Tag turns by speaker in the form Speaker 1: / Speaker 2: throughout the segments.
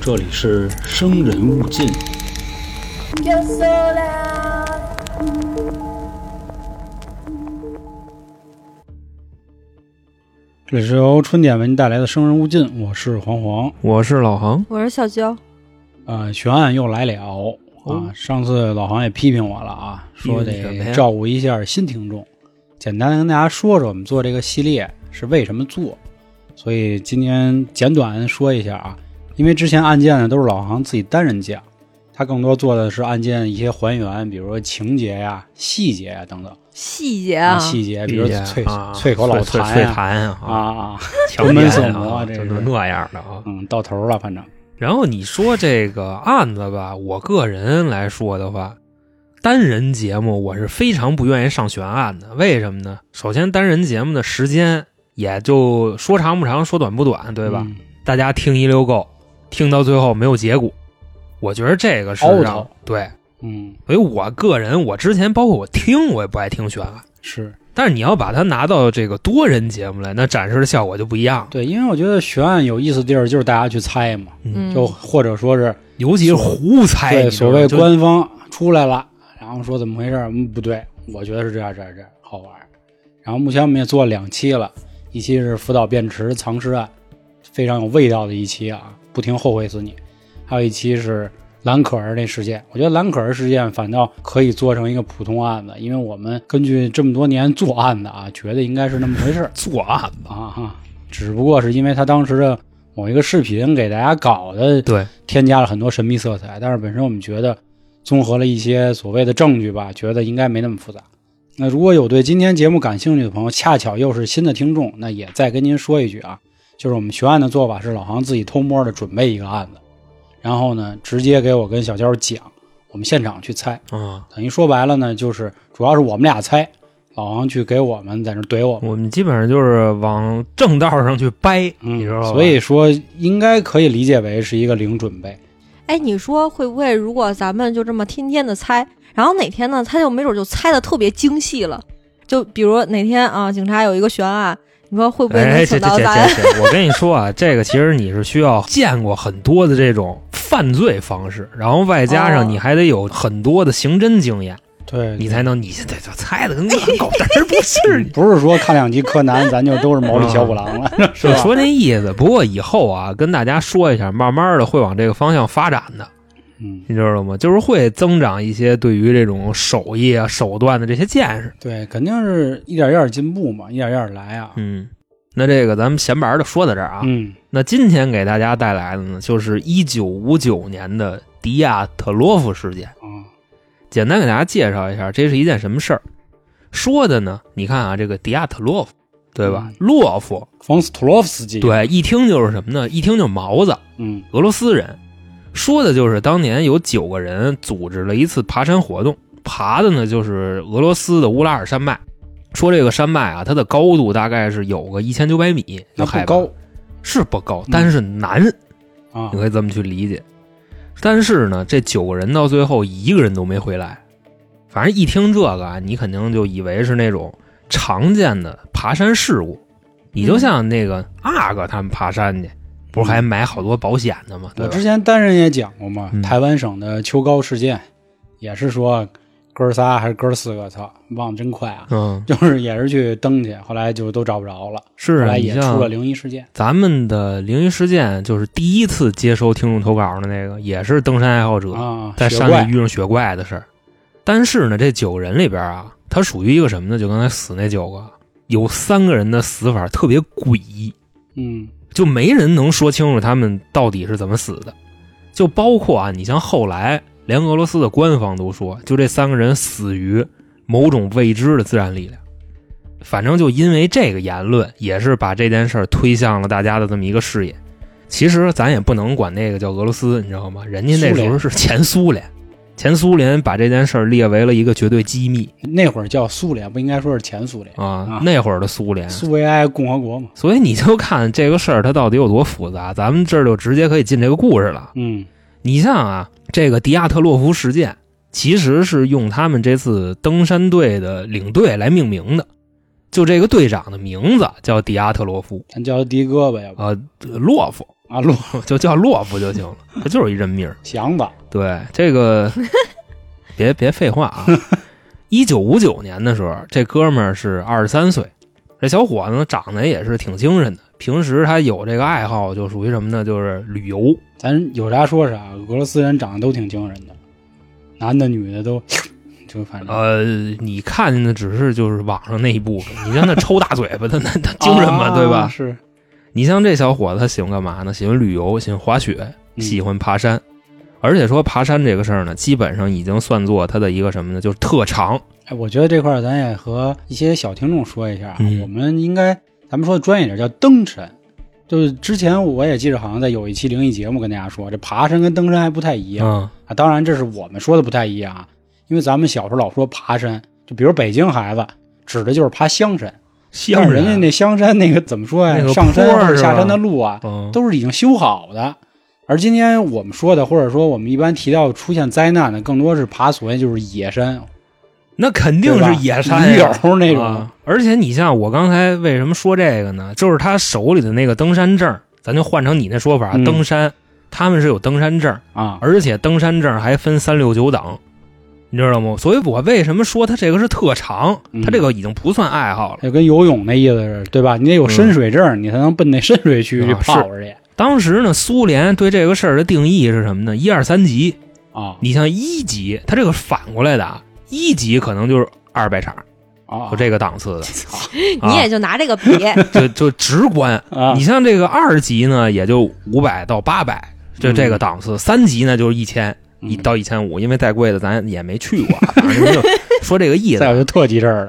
Speaker 1: 这里是生人勿近。
Speaker 2: Yo sola,
Speaker 1: 这里是由春点为您带来的《生人勿近》，我是黄黄
Speaker 3: 我是老航，
Speaker 4: 我是小娇，
Speaker 1: 啊、悬案又来了啊！上次老黄也批评我了啊，说
Speaker 3: 批评什么
Speaker 1: 得
Speaker 3: 呀
Speaker 1: 照顾一下新听众。简单的跟大家说说，我们做这个系列是为什么做，所以今天简短说一下啊。因为之前案件呢都是老航自己单人讲，他更多做的是案件一些还原，比如说情节呀、细节呀等等。
Speaker 4: 细节啊，
Speaker 1: 细节，哎比如
Speaker 3: 理解
Speaker 1: 脆
Speaker 3: 啊
Speaker 1: 脆口老
Speaker 3: 哎脆
Speaker 1: 痰
Speaker 3: 脆
Speaker 1: 呀
Speaker 3: 痰啊，
Speaker 1: 啊，
Speaker 3: 强
Speaker 1: 门
Speaker 3: 奸
Speaker 1: 锁
Speaker 3: 啊
Speaker 1: 膜
Speaker 3: 就
Speaker 1: 这
Speaker 3: 是
Speaker 1: 是
Speaker 3: 那样的啊。
Speaker 1: 嗯，到头了，反正
Speaker 3: 然后你说这个案子吧，我个人来说的话，单人节目我是非常不愿意上悬案的。为什么呢？首先，单人节目的时间也就说长不长，说短不短，对吧？
Speaker 1: 嗯
Speaker 3: 大家听一溜够，听到最后没有结果，我觉得这个是
Speaker 1: 凹
Speaker 3: 让
Speaker 1: 头
Speaker 3: 对。
Speaker 1: 嗯，
Speaker 3: 所以我个人，我之前包括我听，我也不爱听悬案。
Speaker 1: 是
Speaker 3: 但是你要把它拿到这个多人节目来，那展示的效果就不一样。
Speaker 1: 对，因为我觉得悬案有意思的地儿就是大家去猜嘛，
Speaker 4: 嗯，
Speaker 1: 就或者说是
Speaker 3: 尤其是胡猜，
Speaker 1: 对
Speaker 3: 你知道
Speaker 1: 所
Speaker 3: 吗
Speaker 1: 谓
Speaker 3: 就
Speaker 1: 官方出来了，然后说怎么回事儿，嗯，不对，我觉得是这样，这样，这样好玩儿。然后目前我们也做了两期了，一期是福岛便池藏尸案，非常有味道的一期啊，不听后悔死你。还有一期是蓝可儿那事件，我觉得蓝可儿事件反倒可以做成一个普通案子，因为我们根据这么多年做案子啊，觉得应该是那么回事儿。
Speaker 3: 作案吧。
Speaker 1: 啊哈，只不过是因为他当时的某一个视频给大家搞的，
Speaker 3: 对，
Speaker 1: 添加了很多神秘色彩。但是本身我们觉得，综合了一些所谓的证据吧，觉得应该没那么复杂。那如果有对今天节目感兴趣的朋友，恰巧又是新的听众，那也再跟您说一句啊，就是我们学案的做法是老航自己偷摸的准备一个案子，然后呢，直接给我跟小娇讲，我们现场去猜。
Speaker 3: 嗯，
Speaker 1: 等于说白了呢，就是主要是我们俩猜，老航去给我们在那儿怼我们。
Speaker 3: 我们基本上就是往正道上去掰，
Speaker 1: 嗯
Speaker 3: 你知道吧？
Speaker 1: 所以说，应该可以理解为是一个零准备。
Speaker 4: 哎，你说会不会？如果咱们就这么天天的猜，然后哪天呢，他就没准就猜的特别精细了。就比如哪天啊，警察有一个悬案，你说会不会
Speaker 3: 哎，
Speaker 4: 能
Speaker 3: 这
Speaker 4: 请
Speaker 3: 这
Speaker 4: 到
Speaker 3: 这
Speaker 4: 咱？
Speaker 3: 这这，我跟你说 啊，这个其实你是需要见过很多的这种犯罪方式，然后外加
Speaker 4: 哦
Speaker 3: 上你还得有很多的刑侦经验，
Speaker 1: 对
Speaker 3: 你才能你这这猜的跟个狗嘚 儿不是你。
Speaker 1: 嗯不是说看两集柯南，咱就都是毛利小五郎了，嗯 是
Speaker 3: 就
Speaker 1: 吧？
Speaker 3: 说那意思，不过以后啊，跟大家说一下，慢慢的会往这个方向发展的，
Speaker 1: 嗯，
Speaker 3: 你知道吗？就是会增长一些对于这种手艺啊、手段的这些见识。
Speaker 1: 对，肯定是一点一点进步嘛，一点一点来啊。
Speaker 3: 嗯，那这个咱们闲白儿的说到这儿啊，
Speaker 1: 嗯，
Speaker 3: 那今天给大家带来的呢，就是一九五九年的迪亚特洛夫事件。
Speaker 1: 啊，
Speaker 3: 简单给大家介绍一下，这是一件什么事儿？说的呢，你看啊，这个迪亚特洛夫，对吧
Speaker 1: 嗯？
Speaker 3: 洛夫，
Speaker 1: 冯斯托洛夫斯基，，
Speaker 3: 对，一听就是什么呢？一听就毛子，
Speaker 1: 嗯
Speaker 3: 俄罗斯人。说的就是当年有九个人组织了一次爬山活动，爬的呢就是俄罗斯的乌拉尔山脉。说这个山脉啊，它的高度大概是有个一千九百米，
Speaker 1: 那
Speaker 3: 海
Speaker 1: 不
Speaker 3: 拔
Speaker 1: 高
Speaker 3: 是不高
Speaker 1: 嗯，
Speaker 3: 但是难，
Speaker 1: 啊
Speaker 3: 你，可以这么去理解。但是呢，这九个人到最后一个人都没回来。反正一听这个啊，你肯定就以为是那种常见的爬山事故。你
Speaker 1: 嗯
Speaker 3: 就像那个阿哥他们爬山去，不是还买好多保险的吗？对
Speaker 1: 我
Speaker 3: 吧
Speaker 1: 之？前单人也讲过嘛，
Speaker 3: 嗯
Speaker 1: 台湾省的秋高事件，也是说哥儿仨还是哥儿四个，操，忘得真快啊，
Speaker 3: 嗯，
Speaker 1: 就是也是去登去，后来就都找不着了，
Speaker 3: 是
Speaker 1: 后
Speaker 3: 啊，
Speaker 1: 来
Speaker 3: 你
Speaker 1: 也出了
Speaker 3: 像
Speaker 1: 灵异事件。
Speaker 3: 咱们的灵异事件，就是第一次接收听众投稿的那个，也是登山爱好者
Speaker 1: 啊，
Speaker 3: 在
Speaker 1: 雪
Speaker 3: 山
Speaker 1: 怪
Speaker 3: 里遇上雪怪的事儿。但是呢，这九人里边啊，他属于一个什么呢？就刚才死那九个，有三个人的死法特别诡异，
Speaker 1: 嗯
Speaker 3: 就没人能说清楚他们到底是怎么死的。就包括啊，你像后来连俄罗斯的官方都说，就这三个人死于某种未知的自然力量。反正就因为这个言论，也是把这件事儿推向了大家的这么一个视野。其实咱也不能管那个叫俄罗斯，你知道吗？人家那时候是前苏联，前苏联把这件事儿列为了一个绝对机密，
Speaker 1: 那会儿叫苏联，不应该说是前苏联，
Speaker 3: 啊
Speaker 1: 啊，
Speaker 3: 那会儿的苏联。
Speaker 1: 苏维埃共和国嘛。
Speaker 3: 所以你就看这个事儿它到底有多复杂，咱们这儿就直接可以进这个故事了。
Speaker 1: 嗯
Speaker 3: 你像啊，这个迪亚特洛夫事件其实是用他们这次登山队的领队来命名的，就这个队长的名字叫迪亚特洛夫，
Speaker 1: 咱叫他迪哥吧，要不
Speaker 3: 呃，洛夫。
Speaker 1: 啊，骆
Speaker 3: 就叫洛不就行了？他就是一人名儿。
Speaker 1: 祥子，
Speaker 3: 对这个，别别废话啊！一九五九年的时候，这哥们儿是二十三岁，这小伙子呢长得也是挺精神的。平时他有这个爱好，就属于什么呢？就是旅游。
Speaker 1: 咱有啥说啥，俄罗斯人长得都挺精神的，男的女的都，就反正
Speaker 3: 呃，你看见的只是就是网上那一部分，你像那抽大嘴巴的，那他精神嘛，
Speaker 1: 啊
Speaker 3: 对吧？
Speaker 1: 是，
Speaker 3: 你像这小伙子，他喜欢干嘛呢？喜欢旅游，喜欢滑雪，
Speaker 1: 嗯
Speaker 3: 喜欢爬山。而且说爬山这个事儿呢，基本上已经算作他的一个什么呢？就是特长。
Speaker 1: 哎，我觉得这块儿咱也和一些小听众说一下啊，
Speaker 3: 嗯
Speaker 1: 我们应该咱们说的专业点叫登山，就是之前我也记着好像在有一期灵异节目跟大家说，这爬山跟登山还不太一样、
Speaker 3: 嗯，
Speaker 1: 啊。当然这是我们说的不太一样啊，因为咱们小时候老说爬山，就比如北京孩子指的就是爬香山，但
Speaker 3: 像
Speaker 1: 是人家那香山那个怎么说呀、
Speaker 3: 哎那个
Speaker 1: 上山
Speaker 3: 坡儿
Speaker 1: 或者
Speaker 3: 是
Speaker 1: 下
Speaker 3: 吧
Speaker 1: 山的路啊，
Speaker 3: 嗯
Speaker 1: 都是已经修好的。而今天我们说的，或者说我们一般提到出现灾难的，更多是爬所谓就是野山，
Speaker 3: 那肯定
Speaker 1: 对吧
Speaker 3: 是野山
Speaker 1: 驴
Speaker 3: 呀
Speaker 1: 友那种。
Speaker 3: 啊而且你像我刚才为什么说这个呢？就是他手里的那个登山证儿，咱就换成你那说法，
Speaker 1: 嗯
Speaker 3: 登山，他们是有登山证儿，
Speaker 1: 啊，
Speaker 3: 而且登山证儿还分三六九等，你知道吗？所以我为什么说他这个是特长
Speaker 1: 嗯，
Speaker 3: 他这个已经不算爱好了。
Speaker 1: 就跟游泳那意思是，对吧？你得有深水证，你才能奔那深水区去
Speaker 3: 嗯啊是
Speaker 1: 泡着去
Speaker 3: 当时呢，苏联对这个事儿的定义是什么呢？一二三级，
Speaker 1: 啊
Speaker 3: 你像一级，他这个反过来的啊，一级可能就是二百场，
Speaker 1: 啊！
Speaker 3: 就这个档次的。啊
Speaker 4: 你也就拿这个比，
Speaker 3: 就就直观。
Speaker 1: 啊
Speaker 3: 你像这个二级呢，也就五百到八百，就这个档次；三级呢就是一千
Speaker 1: 嗯
Speaker 3: 一到一千五，因为再贵的咱也没去过，啊反正就是说这个意
Speaker 1: 再有
Speaker 3: 思。啊
Speaker 1: 就特级证了，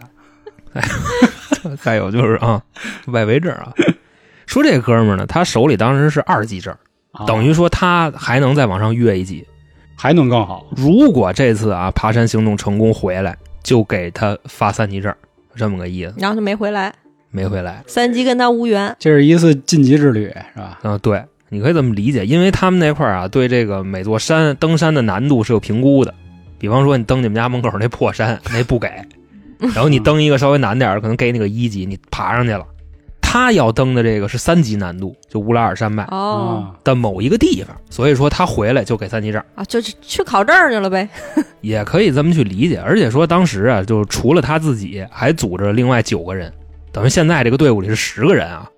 Speaker 3: 再有就是啊，外围证啊。 说这哥们儿呢，他手里当时是二级证，
Speaker 1: 啊
Speaker 3: 等于说他还能再往上跃一级。
Speaker 1: 还能更好
Speaker 3: 如果这次啊爬山行动成功回来，就给他发三级证，这么个意思。
Speaker 4: 然后就没回来，
Speaker 3: 没回来，
Speaker 4: 三级跟他无缘。
Speaker 1: 这是一次晋级之旅，是吧？
Speaker 3: 啊，对，你可以这么理解，因为他们那块儿啊，对这个每座山登山的难度是有评估的。比方说，你登你们家门口那破山，那不给；然后你登一个稍微难点儿，可能给你个一级，你爬上去了。他要登的这个是三级难度，就乌拉尔山脉
Speaker 4: 哦
Speaker 1: 啊，
Speaker 3: 的某一个地方，所以说他回来就给三级证，
Speaker 4: 啊，就是去考证去了呗。
Speaker 3: 也可以这么去理解。而且说当时啊，就是除了他自己，还组织了另外九个人，等于现在这个队伍里是十个人啊。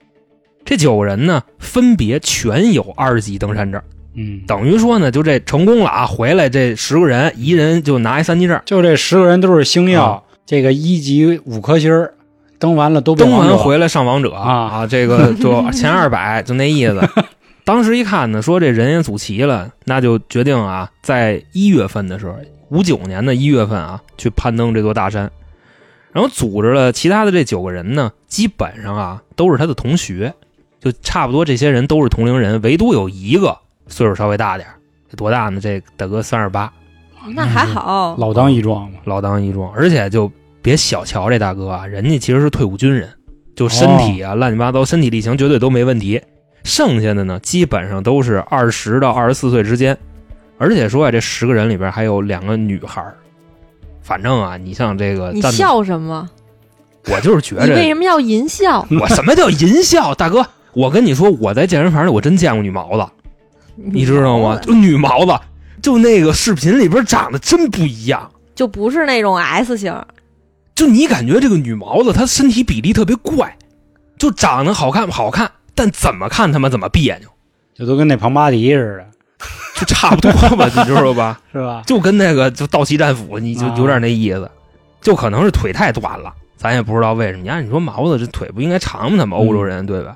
Speaker 3: 这九个人呢，分别全有二级登山证。
Speaker 1: 嗯，
Speaker 3: 等于说呢，就这成功了啊！回来这十个人，一人就拿一三级证，
Speaker 1: 就这十个人都是星
Speaker 3: 啊
Speaker 1: 耀，这个一级五颗星儿，登完了都变
Speaker 3: 登
Speaker 1: 王者
Speaker 3: 完回来上王者
Speaker 1: 啊
Speaker 3: 这个 就前二百，就那意思。当时一看呢，说这人也组齐了，那就决定啊，在一月份的时候，五九年的一月份啊，去攀登这座大山。然后组织了其他的这九个人呢，基本上啊都是他的同学，就差不多这些人都是同龄人，唯独有一个岁数稍微大点儿这多大呢？这大哥三十八，嗯
Speaker 4: 那还好，
Speaker 1: 老当益壮嘛，
Speaker 3: 老当益壮，而且就别小瞧这大哥啊，人家其实是退伍军人，就身体啊、乱七八糟，身体力行绝对都没问题。剩下的呢，基本上都是二十到二十四岁之间，而且说啊，这十个人里边还有两个女孩儿。反正啊，你像这个，
Speaker 4: 你
Speaker 3: 但
Speaker 4: 笑什么？
Speaker 3: 我就是觉
Speaker 4: 你
Speaker 3: 着
Speaker 4: 为什么要淫笑？
Speaker 3: 我什么叫淫笑，大哥，我跟你说，我在健身房里我真见过女毛子，你知道吗？就女毛子，就那个视频里边长得真不一样。
Speaker 4: 就不是那种 S 型，
Speaker 3: 就你感觉这个女毛子她身体比例特别怪，就长得好看好看，但怎么看他妈怎么别扭，
Speaker 1: 就都跟那庞巴迪似的，
Speaker 3: 就差不多 吧，你知道吧？啊
Speaker 1: 是吧？
Speaker 3: 就跟那个就道奇战斧，你就有点那意思，就可能是腿太短了，咱也不知道为什么。你按你说毛子这腿不应该长吗？他们欧洲人对吧？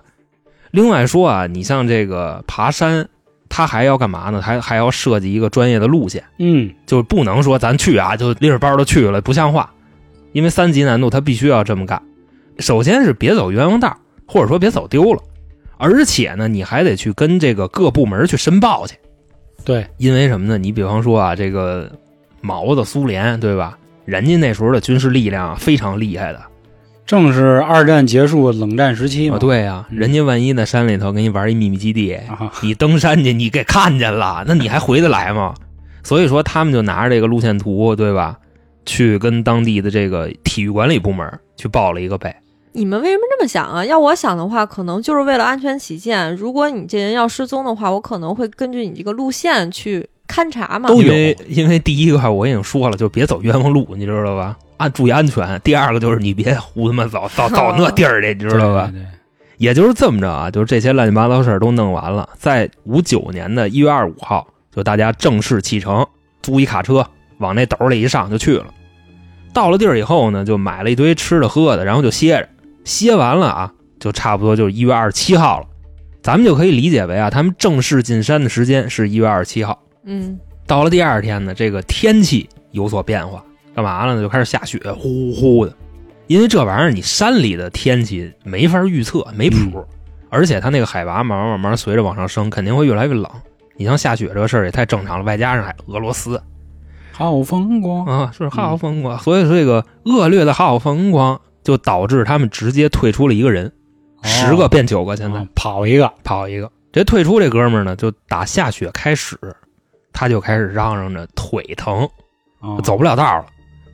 Speaker 3: 另外说啊，你像这个爬山，他还要干嘛呢？还还要设计一个专业的路线。
Speaker 1: 嗯，
Speaker 3: 就是不能说咱去啊，就拎着包就去了，不像话。因为三级难度，他必须要这么干。首先是别走冤枉道，或者说别走丢了，而且呢，你还得去跟这个各部门去申报去。
Speaker 1: 对，
Speaker 3: 因为什么呢？你比方说啊，这个毛子苏联对吧？人家那时候的军事力量啊非常厉害的啊，
Speaker 1: 正是二战结束冷战时期嘛，
Speaker 3: 对呀、人家万一在山里头给你玩一秘密基地，哦
Speaker 1: 啊，
Speaker 3: 你登山去，你给看见了，那你还回得来吗？所以说，他们就拿着这个路线图，对吧？去跟当地的这个体育管理部门去报了一个备，
Speaker 4: 你们为什么这么想啊？要我想的话，可能就是为了安全起见，如果你这人要失踪的话，我可能会根据你这个路线去勘察嘛。
Speaker 1: 都有
Speaker 3: 因为因为第一个我已经说了，就别走冤枉路，你知道吧？按注意安全。第二个就是你别胡他妈走到到那地儿去，你知道吧？
Speaker 1: 对？对
Speaker 3: 也就是这么着啊，就是这些乱七八糟事儿都弄完了，在五九年的一月二十五号，就大家正式启程，租一卡车往那斗里一上就去了。到了地儿以后呢，就买了一堆吃的喝的，然后就歇着。歇完了啊，就差不多就是一月二十七号了。咱们就可以理解为啊，他们正式进山的时间是一月二十七号。
Speaker 4: 嗯，
Speaker 3: 到了第二天呢，这个天气有所变化，干嘛了呢？就开始下雪，呼呼呼的。因为这玩意儿，你山里的天气没法预测，没谱，而且它那个海拔慢慢慢慢随着往上升，肯定会越来越冷。你像下雪这事儿也太正常了，外加上还俄罗斯
Speaker 1: 好风光，
Speaker 3: 啊，是好风光，所以这个恶劣的好风光就导致他们直接退出了一个人，
Speaker 1: 哦
Speaker 3: 十个变九个，现在
Speaker 1: 啊跑一个，
Speaker 3: 跑一个。这退出这哥们儿呢，就打下雪开始，他就开始嚷嚷着腿疼，
Speaker 1: 啊
Speaker 3: 走不了道了。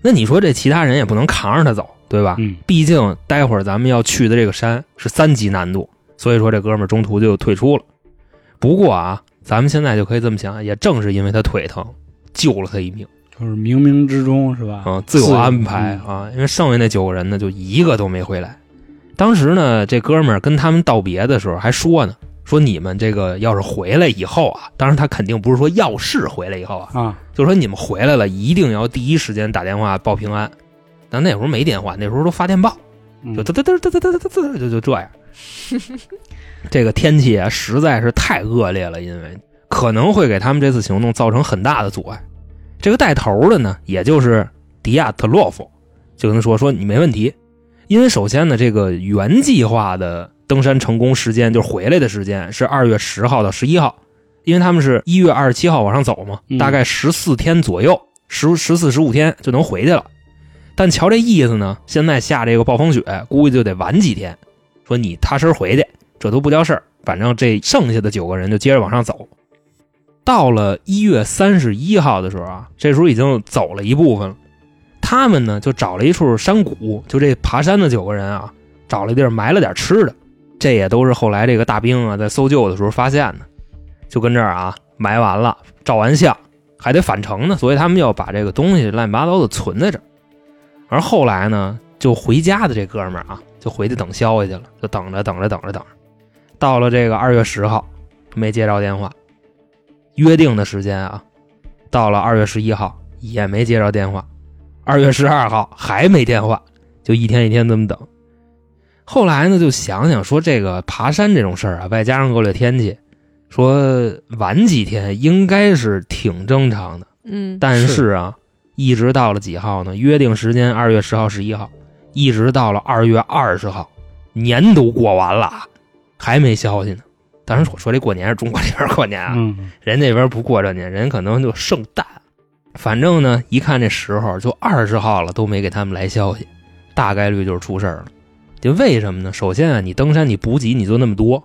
Speaker 3: 那你说这其他人也不能扛着他走，对吧？
Speaker 1: 嗯
Speaker 3: 毕竟待会儿咱们要去的这个山是三级难度，所以说这哥们儿中途就退出了。不过啊，咱们现在就可以这么想，也正是因为他腿疼，救了他一命
Speaker 1: 就是冥冥之中是吧？嗯
Speaker 3: 啊，自有安排啊。因为剩下那九个人呢，就一个都没回来。当时呢，这哥们儿跟他们道别的时候还说呢，说你们这个要是回来以后啊，当然他肯定不是说要是回来以后啊，
Speaker 1: 啊，
Speaker 3: 就说你们回来了，一定要第一时间打电话报平安。咱那时候没电话，那时候都发电报，
Speaker 1: 嗯
Speaker 3: 就哒哒哒哒哒哒哒哒，就就这样。这个天气啊，实在是太恶劣了，因为可能会给他们这次行动造成很大的阻碍。这个带头的呢，也就是迪亚特洛夫，就跟他说说你没问题，因为首先呢，这个原计划的登山成功时间，就是回来的时间是二月十号到十一号，因为他们是一月二十七号往上走嘛，
Speaker 1: 嗯
Speaker 3: 大概十四天左右，十十四十五天就能回去了。但瞧这意思呢，现在下这个暴风雪，估计就得晚几天。说你踏实回去，这都不叫事儿，反正这剩下的九个人就接着往上走。到了一月三十一号的时候啊，这时候已经走了一部分了。他们呢就找了一处山谷，就这爬山的九个人啊，找了地儿埋了点吃的。这也都是后来这个大兵啊在搜救的时候发现的，就跟这儿啊埋完了，照完相还得返程呢，所以他们要把这个东西乱七八糟的存在这儿。而后来呢，就回家的这哥们儿啊，就回去等消息去了，就等着等着等着等着，到了这个二月十号没接着电话，约定的时间啊，到了二月十一号也没接着电话，二月十二号还没电话，就一天一天这么等。后来呢，就想想说这个爬山这种事儿啊，外加上恶劣天气，说晚几天应该是挺正常的。
Speaker 4: 嗯，
Speaker 3: 但
Speaker 1: 是
Speaker 3: 是啊，一直到了几号呢？约定时间二月十号、十一号，一直到了二月二十号，年都过完了，还没消息呢。当然，我说这过年是中国这边过年啊，
Speaker 1: 嗯，
Speaker 3: 人那边不过这年，人可能就圣诞。反正呢，一看这时候就二十号了，都没给他们来消息，大概率就是出事儿了。就为什么呢？首先啊，你登山你补给你就那么多，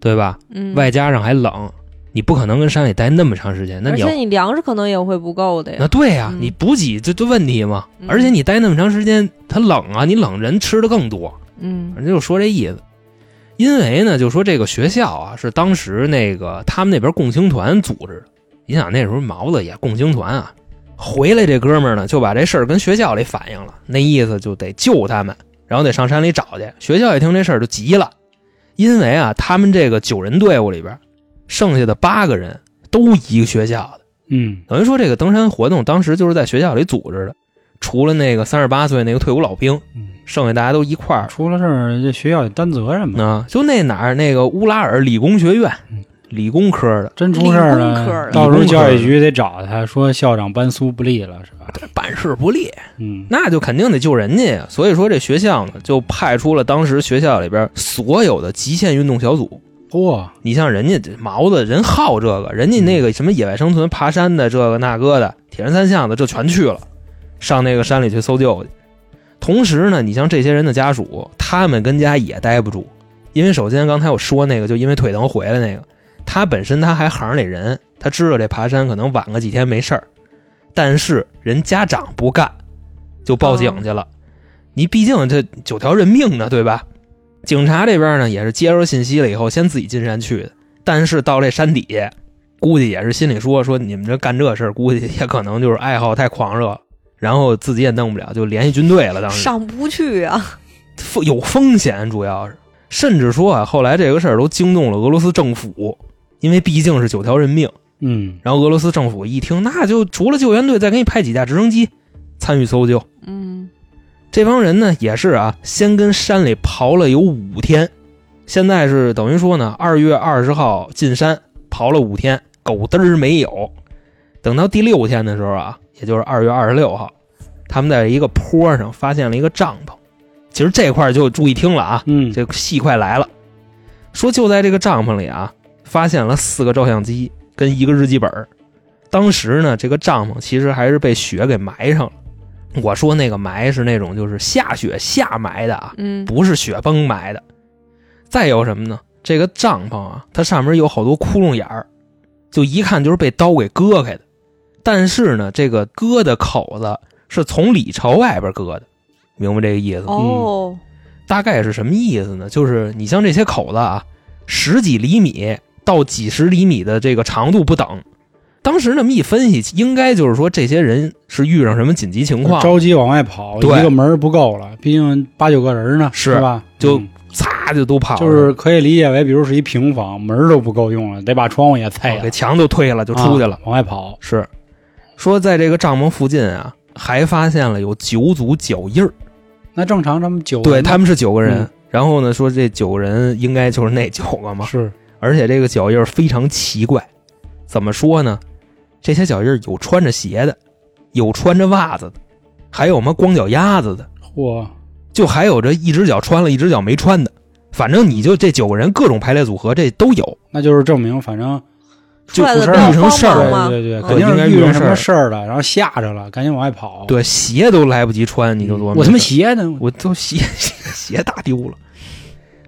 Speaker 3: 对吧？
Speaker 4: 嗯，
Speaker 3: 外加上还冷，你不可能跟山里待那么长时间。那
Speaker 4: 而
Speaker 3: 你要
Speaker 4: 且你粮食可能也会不够的
Speaker 3: 那
Speaker 4: 呀。
Speaker 3: 对呀、
Speaker 4: 嗯
Speaker 3: 你补给这这问题嘛，
Speaker 4: 嗯
Speaker 3: 而且你待那么长时间，它冷啊，你冷人吃的更多，
Speaker 4: 嗯
Speaker 3: 反正就说这意思。因为呢，就说这个学校啊，是当时那个他们那边共青团组织的。你想那时候毛子也共青团啊，回来这哥们儿呢就把这事儿跟学校里反映了，那意思就得救他们，然后得上山里找去。学校一听这事儿就急了，因为啊，他们这个九人队伍里边，剩下的八个人都一个学校的。
Speaker 1: 嗯
Speaker 3: 等于说这个登山活动当时就是在学校里组织的，除了那个三十八岁那个退伍老兵，
Speaker 1: 嗯，
Speaker 3: 剩下大家都一块儿。
Speaker 1: 出了事儿这学校得担责任嘛，
Speaker 3: 啊，就那哪儿那个乌拉尔理工学院
Speaker 1: 嗯，
Speaker 3: 理工科的
Speaker 1: 真出事儿
Speaker 4: 理工科儿
Speaker 1: 了，
Speaker 4: 的
Speaker 1: 到时候教育局得找他说校长班苏不利了是吧？
Speaker 3: 办事不力，
Speaker 1: 嗯，
Speaker 3: 那就肯定得救人家呀。所以说这学校呢，就派出了当时学校里边所有的极限运动小组。
Speaker 1: 嚯，
Speaker 3: 你像人家毛子，人好这个，人家那个什么野外生存、爬山的这个那个的，铁人三项的，这全去了，上那个山里去搜救去。同时呢，你像这些人的家属，他们跟家也待不住，因为首先刚才我说那个，就因为腿疼回来那个，他本身他还行里人，他知道这爬山可能晚个几天没事儿，但是人家长不干，就报警去了。你毕竟这九条人命呢，对吧？警察这边呢也是接收信息了以后，先自己进山去的，但是到这山底下，估计也是心里说说你们这干这事儿，估计也可能就是爱好太狂热了，然后自己也弄不了，就联系军队了。当时
Speaker 4: 上不去啊，
Speaker 3: 风有风险，主要是，甚至说啊，后来这个事儿都惊动了俄罗斯政府，因为毕竟是九条人命。
Speaker 1: 嗯，
Speaker 3: 然后俄罗斯政府一听，那就除了救援队，再给你派几架直升机参与搜救。
Speaker 4: 嗯，
Speaker 3: 这帮人呢也是啊，先跟山里刨了有五天，现在是等于说呢，二月二十号进山刨了五天，狗嘚儿没有。等到第六天的时候啊，也就是二月二十六号，他们在一个坡上发现了一个帐篷。其实这块儿就注意听了啊，
Speaker 1: 嗯，
Speaker 3: 这戏快来了。说就在这个帐篷里啊，发现了四个照相机跟一个日记本儿。当时呢，这个帐篷其实还是被雪给埋上了。我说那个埋是那种就是下雪下埋的啊，
Speaker 4: 嗯，
Speaker 3: 不是雪崩埋的。再有什么呢？这个帐篷啊，它上面有好多窟窿眼儿，就一看就是被刀给割开的。但是呢，这个割的口子是从里朝外边割的，明白这个意
Speaker 1: 嗯
Speaker 3: 思吗？
Speaker 4: 哦，
Speaker 3: 大概是什么意思呢？就是你像这些口子啊，十几厘米到几十厘米的这个长度不等。当时那么一分析，应该就是说这些人是遇上什么紧急情况，
Speaker 1: 嗯着急往外跑，
Speaker 3: 对
Speaker 1: 一个门儿不够了，毕竟八九个人呢，
Speaker 3: 是
Speaker 1: 是吧？
Speaker 3: 就
Speaker 1: 嗯
Speaker 3: 擦就都跑了，
Speaker 1: 就是可以理解为，比如是一平房，门儿都不够用了，得把窗户也拆
Speaker 3: 哦给
Speaker 1: 了，
Speaker 3: 墙都推了，就出去了。
Speaker 1: 啊往外跑。
Speaker 3: 是说在这个帐篷附近啊，还发现了有九组脚印儿，
Speaker 1: 那正常，他们九
Speaker 3: 对，
Speaker 1: 人
Speaker 3: 他们是九个人。
Speaker 1: 嗯
Speaker 3: 然后呢，说这九个人应该就是那九个嘛，
Speaker 1: 是
Speaker 3: 而且这个脚印儿非常奇怪，怎么说呢？这些脚印儿有穿着鞋的，有穿着袜子的，还有嘛光脚丫子的，
Speaker 1: 嚯，
Speaker 3: 就还有这一只脚穿了一只脚没穿的。反正你就这九个人各种排列组合，这都有。
Speaker 1: 那就是证明，反正
Speaker 4: 出来的
Speaker 1: 就
Speaker 4: 比
Speaker 1: 不是
Speaker 4: 较
Speaker 3: 遇成
Speaker 4: 慌
Speaker 3: 事儿
Speaker 4: 忙
Speaker 3: 了
Speaker 4: 嘛，
Speaker 1: 对对对，
Speaker 4: 嗯
Speaker 1: 肯定
Speaker 3: 应该
Speaker 1: 是
Speaker 3: 遇
Speaker 1: 遇上
Speaker 3: 上事
Speaker 1: 什
Speaker 3: 儿
Speaker 1: 么事儿了，然后吓着了，赶紧往外跑。
Speaker 3: 对，鞋都来不及穿，你就多
Speaker 1: 嗯
Speaker 3: 没
Speaker 1: 我他妈
Speaker 3: 事儿
Speaker 1: 鞋呢？
Speaker 3: 我都 鞋鞋打丢了。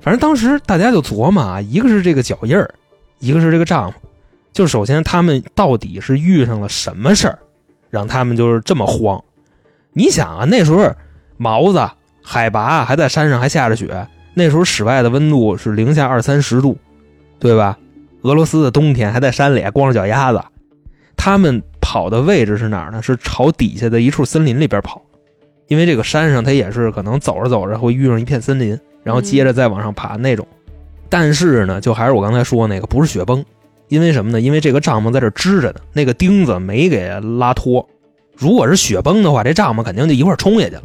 Speaker 3: 反正当时大家就琢磨啊，一个是这个脚印儿，一个是这个帐篷，就首先他们到底是遇上了什么事儿，让他们就是这么慌。你想啊，那时候毛子海拔还在山上，还下着雪，那时候室外的温度是零下二三十度，对吧？俄罗斯的冬天还在山里光着脚丫子，他们跑的位置是哪儿呢？是朝底下的一处森林里边跑，因为这个山上它也是可能走着走着会遇上一片森林，然后接着再往上爬那种。但是呢，就还是我刚才说那个，不是雪崩，因为什么呢？因为这个帐篷在这儿支着呢，那个钉子没给拉脱。如果是雪崩的话，这帐篷肯定就一块儿冲下去了。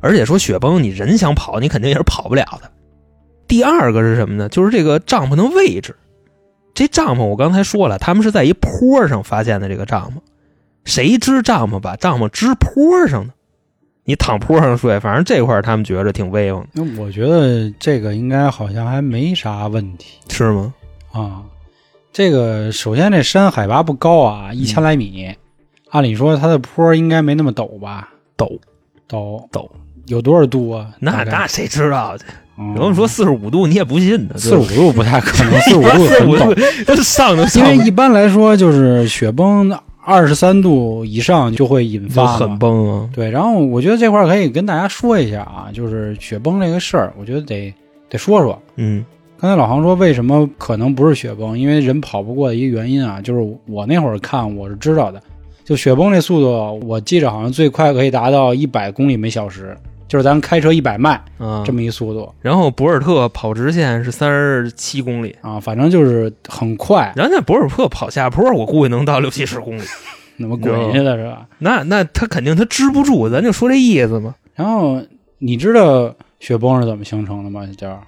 Speaker 3: 而且说雪崩，你人想跑，你肯定也是跑不了的。第二个是什么呢？就是这个帐篷的位置。这帐篷我刚才说了，他们是在一坡上发现的这个帐篷。谁支帐篷把帐篷支坡上呢？你躺坡上睡，反正这块儿他们觉着挺威风的，
Speaker 1: 那我觉得这个应该好像还没啥问题
Speaker 3: 是吗？
Speaker 1: 啊。这个首先这山海拔不高
Speaker 3: 嗯
Speaker 1: 啊，一千来米，按理说它的坡应该没那么陡吧？
Speaker 3: 陡
Speaker 1: 陡
Speaker 3: 陡，
Speaker 1: 有多少度啊？大
Speaker 3: 那
Speaker 1: 概
Speaker 3: 那谁知道？
Speaker 1: 嗯
Speaker 3: 有人说四十五度，你也不信呢。
Speaker 1: 四五度不太可 能，四五度
Speaker 3: 四
Speaker 1: 很
Speaker 3: 五
Speaker 1: 陡
Speaker 3: 度，，都上都
Speaker 1: 因
Speaker 3: 上
Speaker 1: 为
Speaker 3: 不
Speaker 1: 一般来说就是雪崩二十三度以上就会引
Speaker 3: 就
Speaker 1: 发嘛
Speaker 3: 很崩啊。
Speaker 1: 对，然后我觉得这块儿可以跟大家说一下啊，就是雪崩这个事儿，我觉得得得说说。
Speaker 3: 嗯
Speaker 1: 刚才老航说为什么可能不是雪崩，因为人跑不过的一个原因啊，就是我那会儿看我是知道的，就雪崩这速度，我记着好像最快可以达到一百公里每小时，就是咱开车一百迈
Speaker 3: 啊
Speaker 1: 这，么一速度
Speaker 3: 然后博尔特跑直线是三十七公里，
Speaker 1: 啊，反正就是很快，
Speaker 3: 人家博尔特跑下坡，我估计能到六七十公里。
Speaker 1: 那么滚下去的是吧？
Speaker 3: 那那他肯定他支不住，咱就说这意思嘛，
Speaker 1: 然后啊你知道雪崩是怎么形成的吗？小娇儿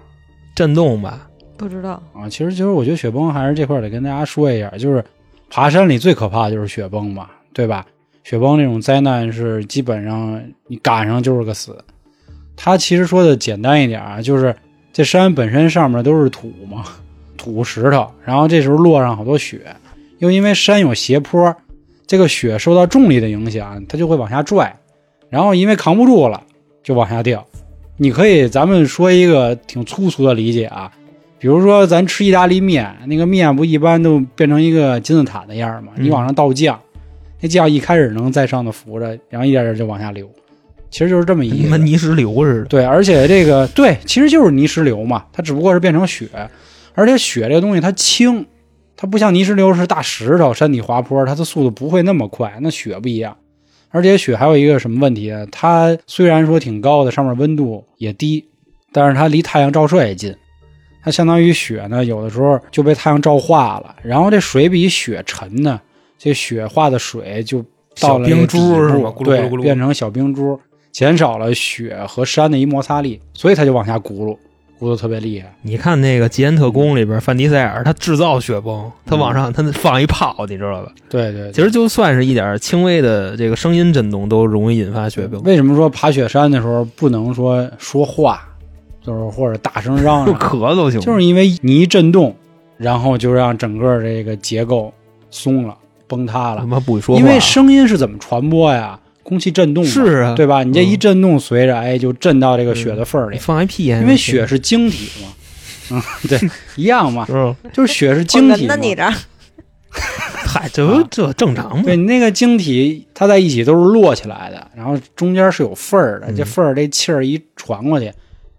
Speaker 3: 震动吧。
Speaker 4: 不知道，
Speaker 1: 啊，其实其实我觉得雪崩还是这块儿得跟大家说一下，就是爬山里最可怕的就是雪崩嘛，对吧？雪崩这种灾难是基本上你赶上就是个死。他其实说的简单一点啊，就是这山本身上面都是土嘛，土石头，然后这时候落上好多雪，又因为山有斜坡，这个雪受到重力的影响，它就会往下拽，然后因为扛不住了就往下掉。你可以，咱们说一个挺粗俗的理解啊，比如说咱吃意大利面，那个面不一般都变成一个金字塔的样儿吗？
Speaker 3: 嗯
Speaker 1: 你往上倒酱，那酱一开始能在上头浮着，然后一点点就往下流。其实就是这么一
Speaker 3: 跟他妈泥石流似的。
Speaker 1: 对，而且这个对，其实就是泥石流嘛，它只不过是变成雪，而且雪这个东西它轻，它不像泥石流是大石头、山体滑坡，它的速度不会那么快。那雪不一样，而且雪还有一个什么问题啊？它虽然说挺高的，上面温度也低，但是它离太阳照射也近，它相当于雪呢，有的时候就被太阳照化了。然后这水比雪沉呢，这雪化的水就到了
Speaker 3: 小冰珠
Speaker 1: 这个底
Speaker 3: 是
Speaker 1: 部
Speaker 3: 吗咕噜咕噜咕噜咕
Speaker 1: 对，
Speaker 3: 噜
Speaker 1: 变成小冰珠，减少了雪和山的一摩擦力，所以它就往下轱辘，轱辘特别厉害。
Speaker 3: 你看那个《吉恩特工》里边，范迪塞尔他制造雪崩，他往上他放一炮，你知道吧？
Speaker 1: 嗯对对对
Speaker 3: 其实就算是一点轻微的这个声音震动，都容易引发雪崩，
Speaker 1: 为什么说爬雪山的时候不能说说话，就是或者大声嚷
Speaker 3: 就
Speaker 1: 嚷，
Speaker 3: 咳嗽行吗。
Speaker 1: 就是因为你一震动，然后就让整个这个结构松了、崩塌
Speaker 3: 他
Speaker 1: 了。
Speaker 3: 妈不会说话，
Speaker 1: 因为声音是怎么传播呀？空气震动嘛
Speaker 3: 啊是啊
Speaker 1: 对吧？你这一
Speaker 3: 嗯
Speaker 1: 震动，随着哎就震到这个雪的缝儿
Speaker 3: 你
Speaker 1: 里，
Speaker 3: 放一屁呀，
Speaker 1: 因为雪是晶体嘛，嗯，对，一样嘛，
Speaker 3: 嗯，
Speaker 1: 就是雪是晶
Speaker 4: 我
Speaker 1: 体
Speaker 4: 跟
Speaker 1: 嘛
Speaker 4: 的。你这儿，
Speaker 3: 嗨，这
Speaker 1: 啊
Speaker 3: 不这正常吗？
Speaker 1: 对，你那个晶体它在一起都是摞起来的，然后中间是有缝儿的，
Speaker 3: 嗯
Speaker 1: 这缝儿这气儿一传过去，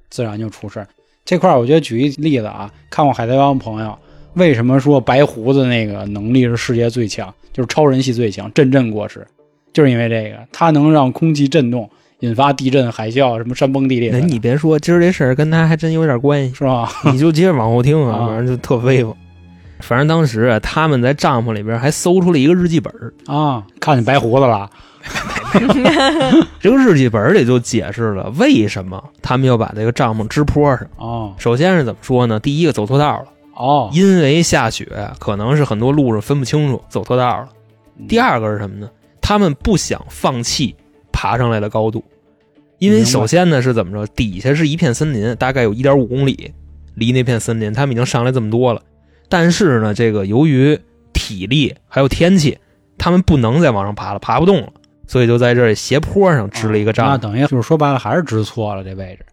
Speaker 1: 自然就出事儿。这块儿我觉得举一例子啊，看过《海贼王》的朋友，为什么说白胡子那个能力是世界最强，就是超人系最强，震震过时，就是因为这个，它能让空气震动，引发地震、海啸，什么山崩地裂
Speaker 3: 那
Speaker 1: 的，
Speaker 3: 你别说，今儿这事儿跟他还真有点关系。
Speaker 1: 是吧？
Speaker 3: 你就接着往后听啊，
Speaker 1: 啊
Speaker 3: 反正就特威风。反正当时啊，他们在帐篷里边还搜出了一个日记本儿，
Speaker 1: 啊，看见白胡子了，
Speaker 3: 这个日记本儿里就解释了为什么他们要把这个帐篷支坡上。
Speaker 1: 哦
Speaker 3: 首先是怎么说呢？第一个走错道了，
Speaker 1: 哦，
Speaker 3: 因为下雪，可能是很多路上分不清楚，走错道了。第二个是什么呢？他们不想放弃爬上来的高度，因为
Speaker 1: 明白
Speaker 3: 首先呢是怎么着，底下是一片森林，大概有一点五公里，离那片森林，他们已经上来这么多了。但是呢，这个由于体力还有天气，他们不能再往上爬了，爬不动了，所以就在这儿斜坡上支了一个
Speaker 1: 那
Speaker 3: 帐篷
Speaker 1: 等于就是说白了还是知错了这位置，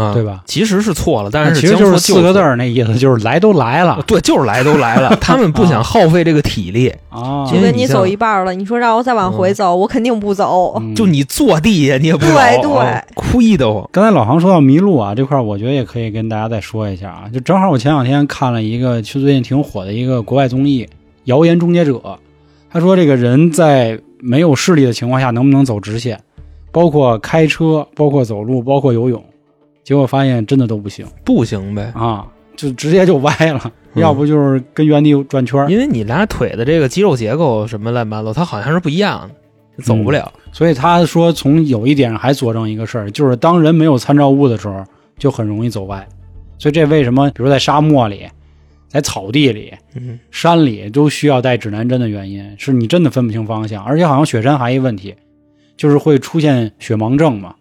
Speaker 3: 啊，
Speaker 1: 对吧？
Speaker 3: 其实是错了，但是
Speaker 1: 其实
Speaker 3: 江
Speaker 1: 就是
Speaker 3: 苏
Speaker 1: 四个字
Speaker 3: 错
Speaker 1: 儿，那意思就是来都来了
Speaker 3: 对，就是来都来 了，他们不想耗费这个体力，
Speaker 1: 啊，
Speaker 4: 就
Speaker 3: 因为
Speaker 4: 跟
Speaker 3: 你
Speaker 4: 你
Speaker 3: 像
Speaker 4: 走一半儿了，你说让我再往回走，我肯定不走。
Speaker 1: 嗯
Speaker 3: 就你坐地下你也不走，
Speaker 4: 对对
Speaker 3: 啊亏得慌。
Speaker 1: 刚才老航说到迷路啊这块，我觉得也可以跟大家再说一下啊。就正好我前两天看了一个，就最近挺火的一个国外综艺《谣言终结者》，他说这个人在没有视力的情况下能不能走直线，包括开车，包括走路，包括游泳，结果发现真的都不行
Speaker 3: 不行呗，
Speaker 1: 啊，就直接就歪了，
Speaker 3: 嗯
Speaker 1: 要不就是跟原地转圈儿。
Speaker 3: 因为你俩腿的这个肌肉结构什么乱七八糟，它好像是不一样的，走不了。
Speaker 1: 所以他说，从有一点还佐证一个事儿，就是当人没有参照物的时候，就很容易走歪。所以这为什么，比如在沙漠里、在草地里、
Speaker 3: 嗯，
Speaker 1: 山里都需要带指南针的原因，是你真的分不清方向。而且好像雪山还有一问题，就是会出现雪盲症嘛。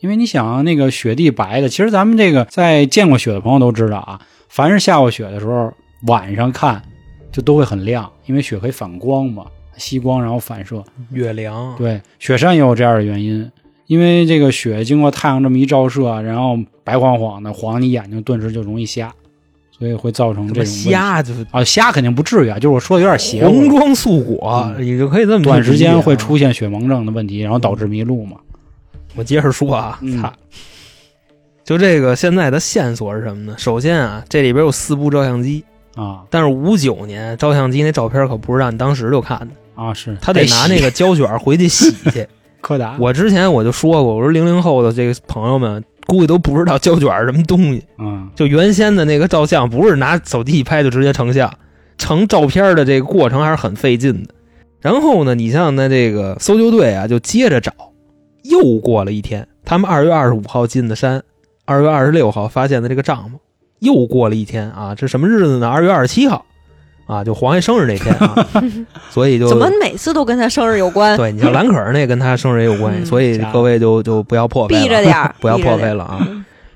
Speaker 1: 因为你想啊，那个雪地白的，其实咱们这个在见过雪的朋友都知道啊，凡是下过雪的时候，晚上看就都会很亮，因为雪可以反光嘛，吸光然后反射。
Speaker 3: 月亮，
Speaker 1: 对，雪山也有这样的原因，因为这个雪经过太阳这么一照射，啊然后白晃晃的，晃你眼睛顿时就容易瞎，所以会造成
Speaker 3: 什
Speaker 1: 这
Speaker 3: 么
Speaker 1: 种问题
Speaker 3: 虾就是
Speaker 1: 啊，瞎肯定不至于啊，就是我说的有点邪
Speaker 3: 红
Speaker 1: 乎，
Speaker 3: 装素裹，
Speaker 1: 嗯
Speaker 3: 你就可以这么
Speaker 1: 短
Speaker 3: 去
Speaker 1: 时
Speaker 3: 理解
Speaker 1: 间会
Speaker 3: 啊
Speaker 1: 出现雪盲症的问题，然后导致迷路嘛。
Speaker 3: 我接着说啊，
Speaker 1: 嗯
Speaker 3: 操、就这个现在的线索是什么呢？首先啊，这里边有四部照相机，
Speaker 1: 啊
Speaker 3: 但是五九年照相机那照片可不是让你当时就看的，
Speaker 1: 啊是，
Speaker 3: 他得拿那
Speaker 1: 洗
Speaker 3: 个胶卷回去洗去。
Speaker 1: 柯达，
Speaker 3: 我之前我就说过，我说零零后的这个朋友们估计都不知道胶卷是什么东西。
Speaker 1: 嗯
Speaker 3: 就原先的那个照相，不是拿手机一拍就直接成像，成照片的这个过程还是很费劲的。然后呢，你像那这个搜救队啊，就接着找，又过了一天，他们二月二十五号进的山，二月二十六号发现的这个帐篷，又过了一天啊，这什么日子呢？二月二十七号，啊，就黄爷生日那天啊， 所以就
Speaker 4: 怎么每次都跟他生日有关？
Speaker 3: 对你像兰可儿那跟他生日也有关系，
Speaker 4: 嗯
Speaker 3: 所以各位就就不要破费了，啊
Speaker 4: 避着点儿
Speaker 3: ，不要
Speaker 4: 避着
Speaker 3: 破
Speaker 4: 点
Speaker 3: 费
Speaker 4: 儿
Speaker 3: 了啊！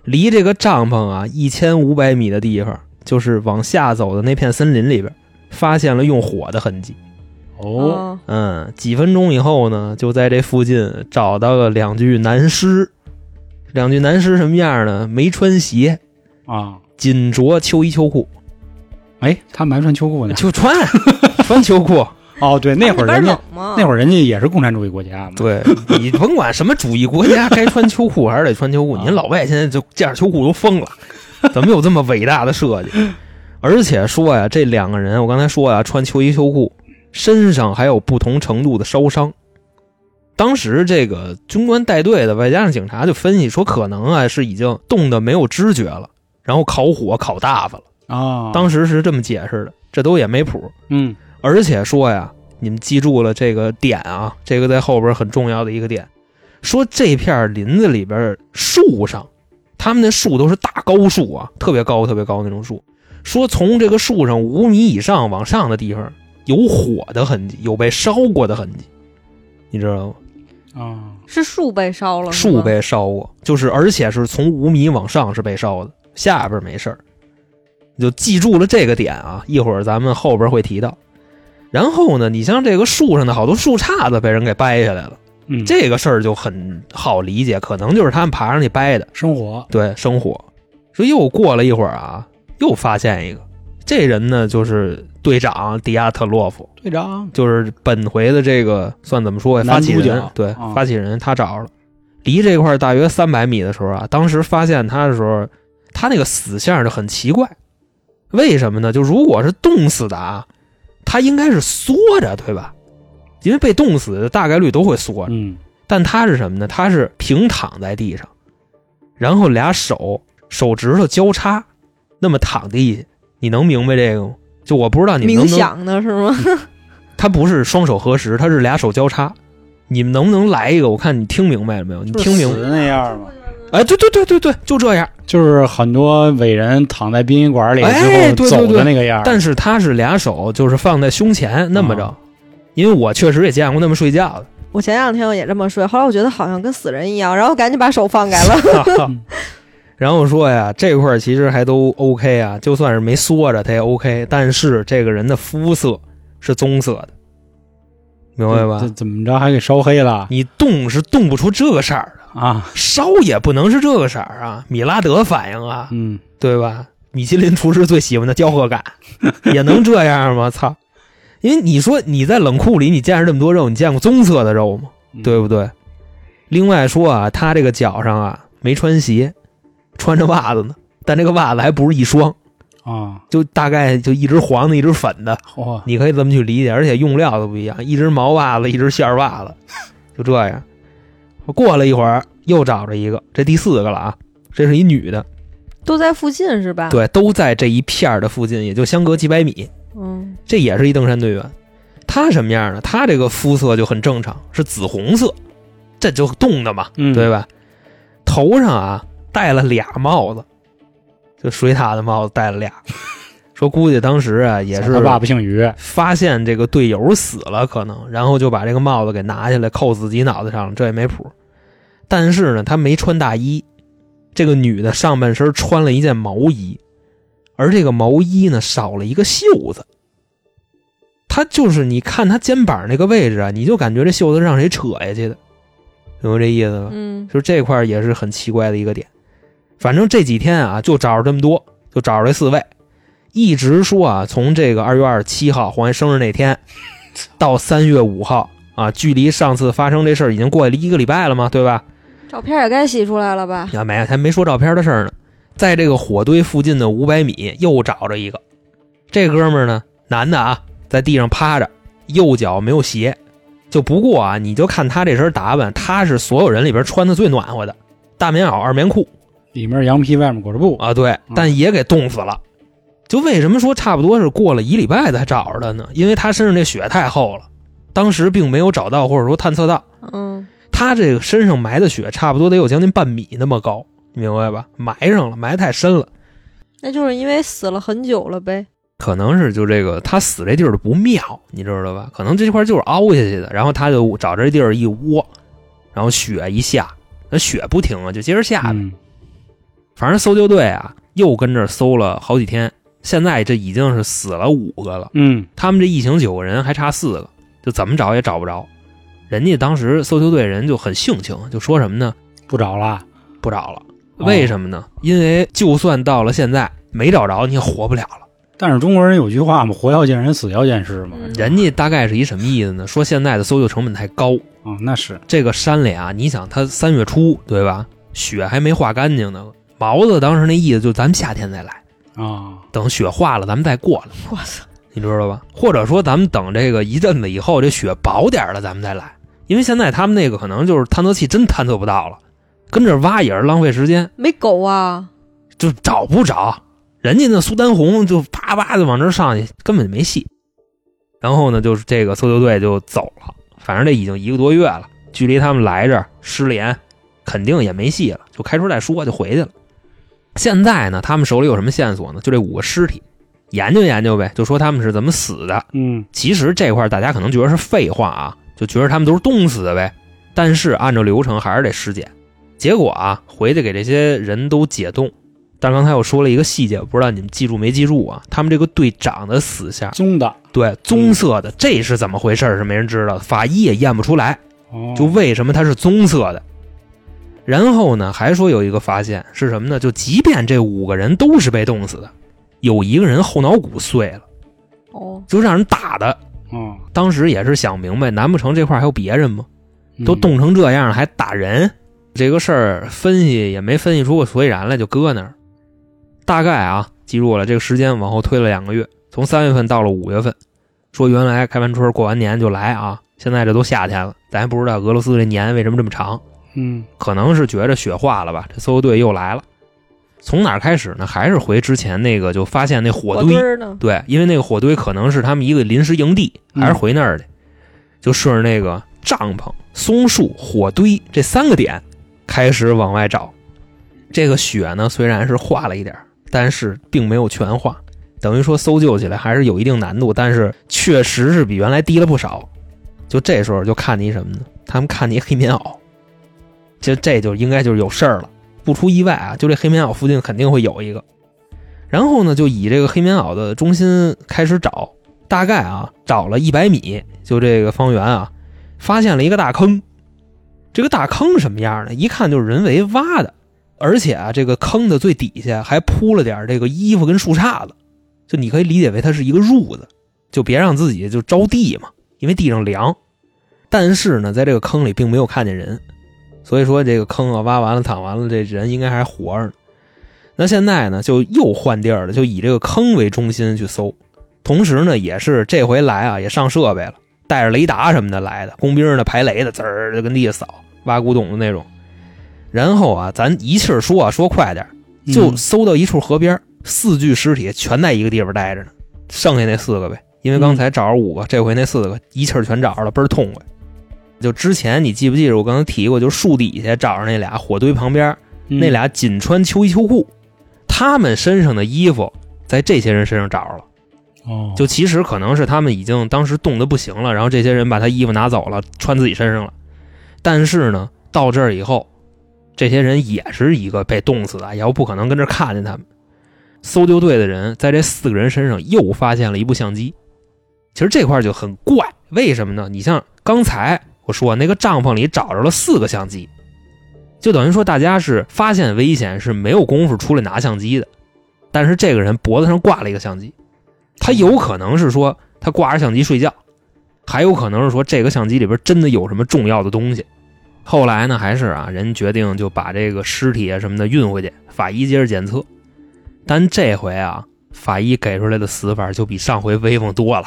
Speaker 3: 离这个帐篷啊一千五百米的地方，就是往下走的那片森林里边，发现了用火的痕迹。
Speaker 1: 哦，
Speaker 3: 嗯，几分钟以后呢，就在这附近找到了两具男尸。两具男尸什么样呢？没穿鞋，
Speaker 1: 啊，
Speaker 3: 仅着秋衣秋裤，
Speaker 1: 哎，他们还穿秋裤呢，
Speaker 3: 就穿穿秋裤，
Speaker 1: 哦，对，那
Speaker 4: 啊
Speaker 1: 会儿人家
Speaker 4: 冷吗？
Speaker 1: 那会儿人家也是共产主义国家嘛，
Speaker 3: 对你甭管什么主义国家，该穿秋裤还是得穿秋裤。您老外现在就见着秋裤都疯了，怎么有这么伟大的设计？ 而且说呀，这两个人，我刚才说呀，穿秋衣秋裤，身上还有不同程度的烧伤。当时这个军官带队的，外加上警察，就分析说，可能啊是已经冻得没有知觉了，然后烤火烤大发了。
Speaker 1: 啊，
Speaker 3: 当时是这么解释的，这都也没谱。
Speaker 1: 嗯
Speaker 3: 而且说呀，你们记住了这个点啊，这个在后边很重要的一个点，说这片林子里边树上，他们那树都是大高树啊，特别高特别高那种树。说从这个树上五米以上往上的地方有火的痕迹，有被烧过的痕迹，你知道吗？
Speaker 1: 啊，
Speaker 4: 是树被烧了，是吗
Speaker 3: 树被烧过，就是而且是从五米往上是被烧的，下边没事儿。你就记住了这个点啊，一会儿咱们后边会提到。然后呢，你像这个树上的好多树杈子被人给掰下来了，
Speaker 1: 嗯，
Speaker 3: 这个事儿就很好理解，可能就是他们爬上去掰的。
Speaker 1: 生活
Speaker 3: 对，生火。说又过了一会儿啊，又发现一个，这人呢就是队长迪亚特洛夫，
Speaker 1: 队长
Speaker 3: 就是本回的这个算怎么说呀？发
Speaker 1: 男
Speaker 3: 起
Speaker 1: 主
Speaker 3: 人
Speaker 1: 角
Speaker 3: 对、
Speaker 1: 啊
Speaker 3: 发起人他找着了，离这块儿大约三百米的时候啊，当时发现他的时候，他那个死相就很奇怪，为什么呢？就如果是冻死的啊，他应该是缩着对吧？因为被冻死的大概率都会缩着，
Speaker 1: 嗯
Speaker 3: 但他是什么呢？他是平躺在地上，然后俩手手指头交叉，那么躺地下，你能明白这个吗？就我不知道你们能
Speaker 4: 冥
Speaker 3: 不能嗯
Speaker 4: 想的是吗？
Speaker 3: 他不是双手合十，他是俩手交叉。你们能不能来一个？我看你听明白了没有？你听明
Speaker 1: 死
Speaker 3: 白？
Speaker 1: 的那样嘛，
Speaker 3: 哎，对对对对对，就这样。
Speaker 1: 就是很多伟人躺在殡仪馆里
Speaker 3: 哎
Speaker 1: 之
Speaker 3: 对对
Speaker 1: 后走
Speaker 3: 对
Speaker 1: 的那个样儿，
Speaker 3: 但是他是俩手就是放在胸前那么着
Speaker 1: 啊，
Speaker 3: 因为我确实也见过那么睡觉的。
Speaker 4: 我前两天我也这么睡，后来我觉得好像跟死人一样，然后赶紧把手放开了。
Speaker 3: 然后说呀，这块儿其实还都 OK 啊，就算是没缩着，他也 OK。但是这个人的肤色是棕色的，明白
Speaker 1: 这
Speaker 3: 吧？
Speaker 1: 怎么着还给烧黑了
Speaker 3: 你冻是冻不出这个色儿的，
Speaker 1: 啊？
Speaker 3: 烧也不能是这个色儿啊。米拉德反应啊，
Speaker 1: 嗯，
Speaker 3: 对吧？米其林厨师最喜欢的焦褐感，也能这样吗？操！因为你说你在冷库里，你见着这么多肉，你见过棕色的肉吗？
Speaker 1: 嗯
Speaker 3: 对不对？另外说啊，他这个脚上啊没穿鞋，穿着袜子呢，但这个袜子还不是一双，
Speaker 1: 啊，
Speaker 3: 就大概就一只黄的，一只粉的，
Speaker 1: 哇，
Speaker 3: 你可以这么去理解，而且用料都不一样，一只毛袜子，一只线儿袜子，就这样。过了一会儿又找着一个，这第四个了啊，这是一女的，
Speaker 4: 都在附近是吧？，
Speaker 3: 对，都在这一片儿的附近，也就相隔几百米。
Speaker 4: 嗯，
Speaker 3: 这也是一登山队员，他什么样呢？他这个肤色就很正常，是紫红色，这就冻的嘛，
Speaker 1: 嗯
Speaker 3: 对吧？头上啊戴了俩帽子，就水獭的帽子戴了俩。 说估计当时啊也是
Speaker 1: 他爸爸姓于，
Speaker 3: 发现这个队友死了，可能，然后就把这个帽子给拿下来扣自己脑袋上了，这也没谱。但是呢，她没穿大衣，这个女的上半身穿了一件毛衣，而这个毛衣呢少了一个袖子。她就是你看她肩膀那个位置啊，你就感觉这袖子让谁扯下去的，明白这意思吗？
Speaker 4: 嗯，
Speaker 3: 就是这块儿也是很奇怪的一个点。反正这几天啊，就找着这么多，就找着这四位，一直说啊，从这个二月二十七号黄爷生日那天到三月五号啊，距离上次发生这事儿已经过去了一个礼拜了嘛，对吧？
Speaker 4: 照片也该洗出来了吧？
Speaker 3: 啊，没有，还没说照片的事儿呢。在这个火堆附近的五百米又找着一个，这哥们儿呢，男的啊，在地上趴着，右脚没有鞋。就不过啊，你就看他这身打扮，他是所有人里边穿的最暖和的，大棉袄、二棉裤，
Speaker 1: 里面羊皮，外面裹着布，
Speaker 3: 啊，对，但也给冻死了。就为什么说差不多是过了一礼拜才找着的呢？因为他身上这雪太厚了，当时并没有找到或者说探测到
Speaker 4: 嗯，
Speaker 3: 他这个身上埋的雪差不多得有将近半米那么高，你明白吧？埋上了，埋太深了，
Speaker 4: 那就是因为死了很久了呗。
Speaker 3: 可能是就这个他死这地儿的不妙，你知道吧？可能这块就是凹下去的，然后他就找这地儿一窝，然后雪一下，那雪不停啊，就接着下呗。
Speaker 1: 嗯
Speaker 3: 反正搜救队啊，又跟着搜了好几天，现在这已经是死了五个了。
Speaker 1: 嗯
Speaker 3: 他们这一行九个人还差四个，就怎么找也找不着。人家当时搜救队人就很性情，就说什么呢？
Speaker 1: 不找了，
Speaker 3: 不找了。
Speaker 1: 哦
Speaker 3: 为什么呢？因为就算到了现在没找着，你也活不了了。
Speaker 1: 但是中国人有句话嘛，活要见人，死要见尸嘛。
Speaker 4: 嗯
Speaker 3: 人家大概是一什么意思呢？说现在的搜救成本太高，
Speaker 1: 啊，那是
Speaker 3: 这个山里啊，你想它三月初对吧，雪还没化干净呢。毛子当时那意思就咱们夏天再来，
Speaker 1: 啊，
Speaker 3: 等雪化了咱们再过来，
Speaker 4: 我操，
Speaker 3: 你知道吧？或者说咱们等这个一阵子以后，这雪薄点儿了咱们再来，因为现在他们那个可能就是探测器真探测不到了，跟这儿挖也是浪费时间，
Speaker 4: 没狗啊！
Speaker 3: 就找不着，人家那苏丹红就啪啪的往这儿上去，根本就没戏。然后呢，就是这个搜救队就走了，反正这已经一个多月了，距离他们来这儿失联，肯定也没戏了，就开春再说，就回去了。现在呢，他们手里有什么线索呢？就这五个尸体，研究研究呗，就说他们是怎么死的。
Speaker 1: 嗯
Speaker 3: 其实这块儿大家可能觉得是废话啊，就觉得他们都是冻死的呗。但是啊按照流程还是得尸检，结果啊回去给这些人都解冻。但是刚才我说了一个细节，不知道你们记住没记住啊？他们这个队长的死相，
Speaker 1: 棕的，
Speaker 3: 对棕色的，这是怎么回事儿是没人知道的，法医也验不出来，
Speaker 1: 哦，
Speaker 3: 就为什么它是棕色的。然后呢，还说有一个发现是什么呢？就即便这五个人都是被冻死的，有一个人后脑骨碎了，
Speaker 4: 哦，
Speaker 3: 就让人打的，
Speaker 1: 啊，
Speaker 3: 当时也是想明白，难不成这块还有别人吗？
Speaker 1: 嗯
Speaker 3: 都冻成这样了还打人，这个事儿分析也没分析出个所以然来，就搁那儿。大概啊，记住了，这个时间往后推了两个月，从三月份到了五月份，说原来开完春过完年就来啊，现在这都夏天了，咱也不知道俄罗斯这年为什么这么长，
Speaker 1: 嗯
Speaker 3: 可能是觉着雪化了吧，这搜救队又来了。从哪儿开始呢？还是回之前那个，就发现那火
Speaker 4: 火
Speaker 3: 堆
Speaker 4: 堆儿呢？
Speaker 3: 对，因为那个火堆可能是他们一个临时营地，还是回那儿去，就顺着那个帐篷、松树、火堆这三个点开始往外找。这个雪呢，虽然是化了一点儿，但是并没有全化，等于说搜救起来还是有一定难度，但是确实是比原来低了不少。就这时候就看你什么呢？他们看你黑棉袄，就这就应该就是有事儿了。不出意外啊，就这黑棉袄附近肯定会有一个。然后呢，就以这个黑棉袄的中心开始找，大概啊找了一百米，就这个方圆啊，发现了一个大坑。这个大坑什么样呢？一看就是人为挖的，而且啊，这个坑的最底下还铺了点这个衣服跟树杈子，就你可以理解为它是一个褥子，就别让自己就着地嘛，因为地上凉。但是呢，在这个坑里并没有看见人，所以说这个坑啊挖完了躺完了，这人应该还活着呢。那现在呢，就又换地儿了，就以这个坑为中心去搜。同时呢，也是这回来啊，也上设备了，带着雷达什么的来的，工兵呢排雷的，滋儿就跟地下扫挖古董的那种。然后啊，咱一气儿说啊，说快点儿，就
Speaker 1: 嗯
Speaker 3: 搜到一处河边，四具尸体全在一个地方待着呢，剩下那四个呗，因为刚才找着五个，这回那四个一气儿全找着了，倍儿痛快。就之前你记不记着我刚才提过，就树底下找着那俩火堆旁边，
Speaker 1: 嗯
Speaker 3: 那俩仅穿秋衣秋裤，他们身上的衣服在这些人身上找着了。
Speaker 1: 哦，
Speaker 3: 就其实可能是他们已经当时冻得不行了，然后这些人把他衣服拿走了，穿自己身上了。但是呢，到这儿以后，这些人也是一个被冻死的，也不可能跟这儿看见他们。搜救队的人在这四个人身上又发现了一部相机，其实这块儿就很怪，为什么呢？你像刚才我说那个帐篷里找着了四个相机，就等于说大家是发现危险是没有功夫出来拿相机的，但是这个人脖子上挂了一个相机，他有可能是说他挂着相机睡觉，还有可能是说这个相机里边真的有什么重要的东西。后来呢，还是啊，人决定就把这个尸体啊什么的运回去，法医接着检测。但这回啊，法医给出来的死法就比上回威风多了，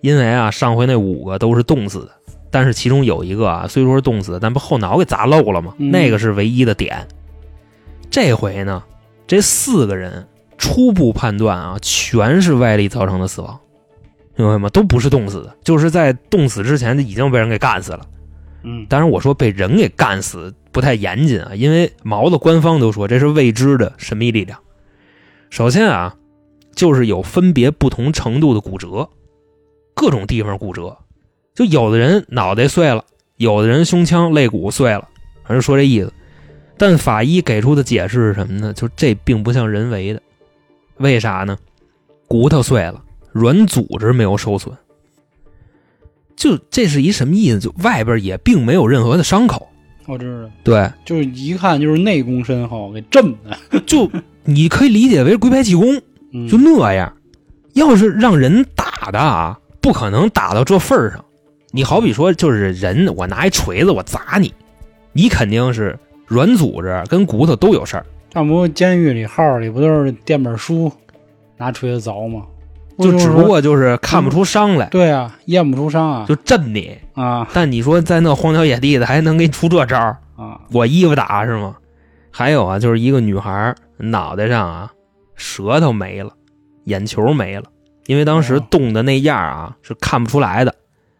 Speaker 3: 因为啊，上回那五个都是冻死的，但是其中有一个啊，虽说是冻死的，但不后脑给砸漏了吗？
Speaker 1: 嗯
Speaker 3: 那个是唯一的点。这回呢，这四个人初步判断啊，全是外力造成的死亡，明白吗？都不是冻死的，就是在冻死之前就已经被人给干死了。
Speaker 1: 嗯
Speaker 3: 当然，我说被人给干死不太严谨啊，因为毛的官方都说这是未知的神秘力量。首先啊，就是有分别不同程度的骨折，各种地方骨折，就有的人脑袋碎了，有的人胸腔肋骨碎了，反正说这意思。但法医给出的解释是什么呢？就这并不像人为的，为啥呢？骨头碎了，软组织没有受损。就这是一什么意思？就外边也并没有任何的伤口。
Speaker 1: 我知道，
Speaker 3: 对，
Speaker 1: 就是一看就是内功深厚，给震的，
Speaker 3: 就你可以理解为龟派气功，
Speaker 1: 嗯
Speaker 3: 就那样。要是让人打的啊，不可能打到这份儿上。你好比说，就是人，我拿一锤子我砸你，你肯定是软组织跟骨头都有事儿。
Speaker 1: 但不监狱里号里不都是垫本书，拿锤子凿吗？
Speaker 3: 就
Speaker 1: 不
Speaker 3: 只
Speaker 1: 是
Speaker 3: 不
Speaker 1: 说
Speaker 3: 过就是看不出伤来，
Speaker 1: 对啊，验不出伤啊
Speaker 3: 就震你。
Speaker 1: 啊
Speaker 3: 但你说在那荒郊野地的，还能给你出这招儿？
Speaker 1: 啊！
Speaker 3: 我衣服打是吗？还有啊，就是一个女孩儿脑袋上啊，舌头没了，眼球没了，因为当时
Speaker 1: 哦
Speaker 3: 冻的那样儿啊是看不出来的。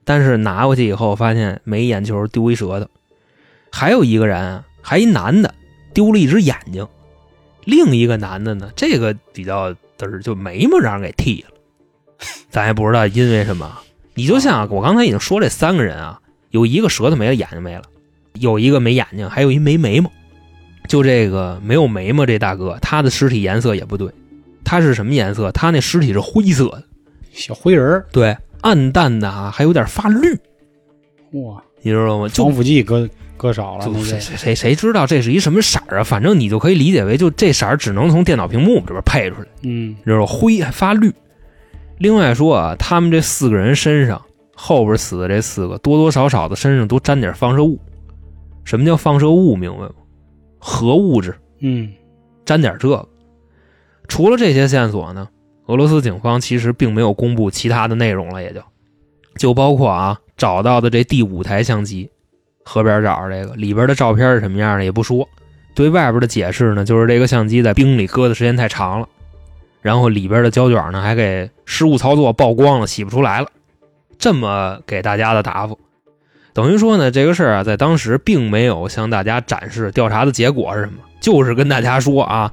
Speaker 3: 但是拿过去以后，发现没眼球，丢一舌头。还有一个人啊，还一男的丢了一只眼睛，另一个男的呢，这个比较嘚儿，就眉毛让人给剃了，咱也不知道因为什么。你就像我刚才已经说，这三个人啊，有一个舌头没了，眼睛没了，有一个没眼睛，还有一没眉毛。就这个没有眉毛这大哥，他的尸体颜色也不对，他是什么颜色？他那尸体是灰色的，
Speaker 1: 小灰人儿，
Speaker 3: 对，暗淡的啊，还有点发绿，
Speaker 1: 哇，
Speaker 3: 你知道吗？就
Speaker 1: 防腐剂搁搁少了，
Speaker 3: 就
Speaker 1: 那
Speaker 3: 谁
Speaker 1: 个
Speaker 3: 谁谁谁知道这是一什么色儿啊？反正你就可以理解为，就这色儿只能从电脑屏幕这边配出来，
Speaker 1: 嗯
Speaker 3: 你知道吗灰还发绿。另外说啊，他们这四个人身上后边死的这四个，多多少少的身上都沾点放射物。什么叫放射物？明白吗？核物质
Speaker 1: 嗯
Speaker 3: 沾点这个。除了这些线索呢，俄罗斯警方其实并没有公布其他的内容了，也就就包括啊找到的这第五台相机，河边找着这个里边的照片是什么样的也不说，对外边的解释呢，就是这个相机在冰里搁的时间太长了，然后里边的胶卷呢还给失误操作曝光了，洗不出来了，这么给大家的答复。等于说呢，这个事儿啊，在当时并没有向大家展示调查的结果是什么，就是跟大家说啊，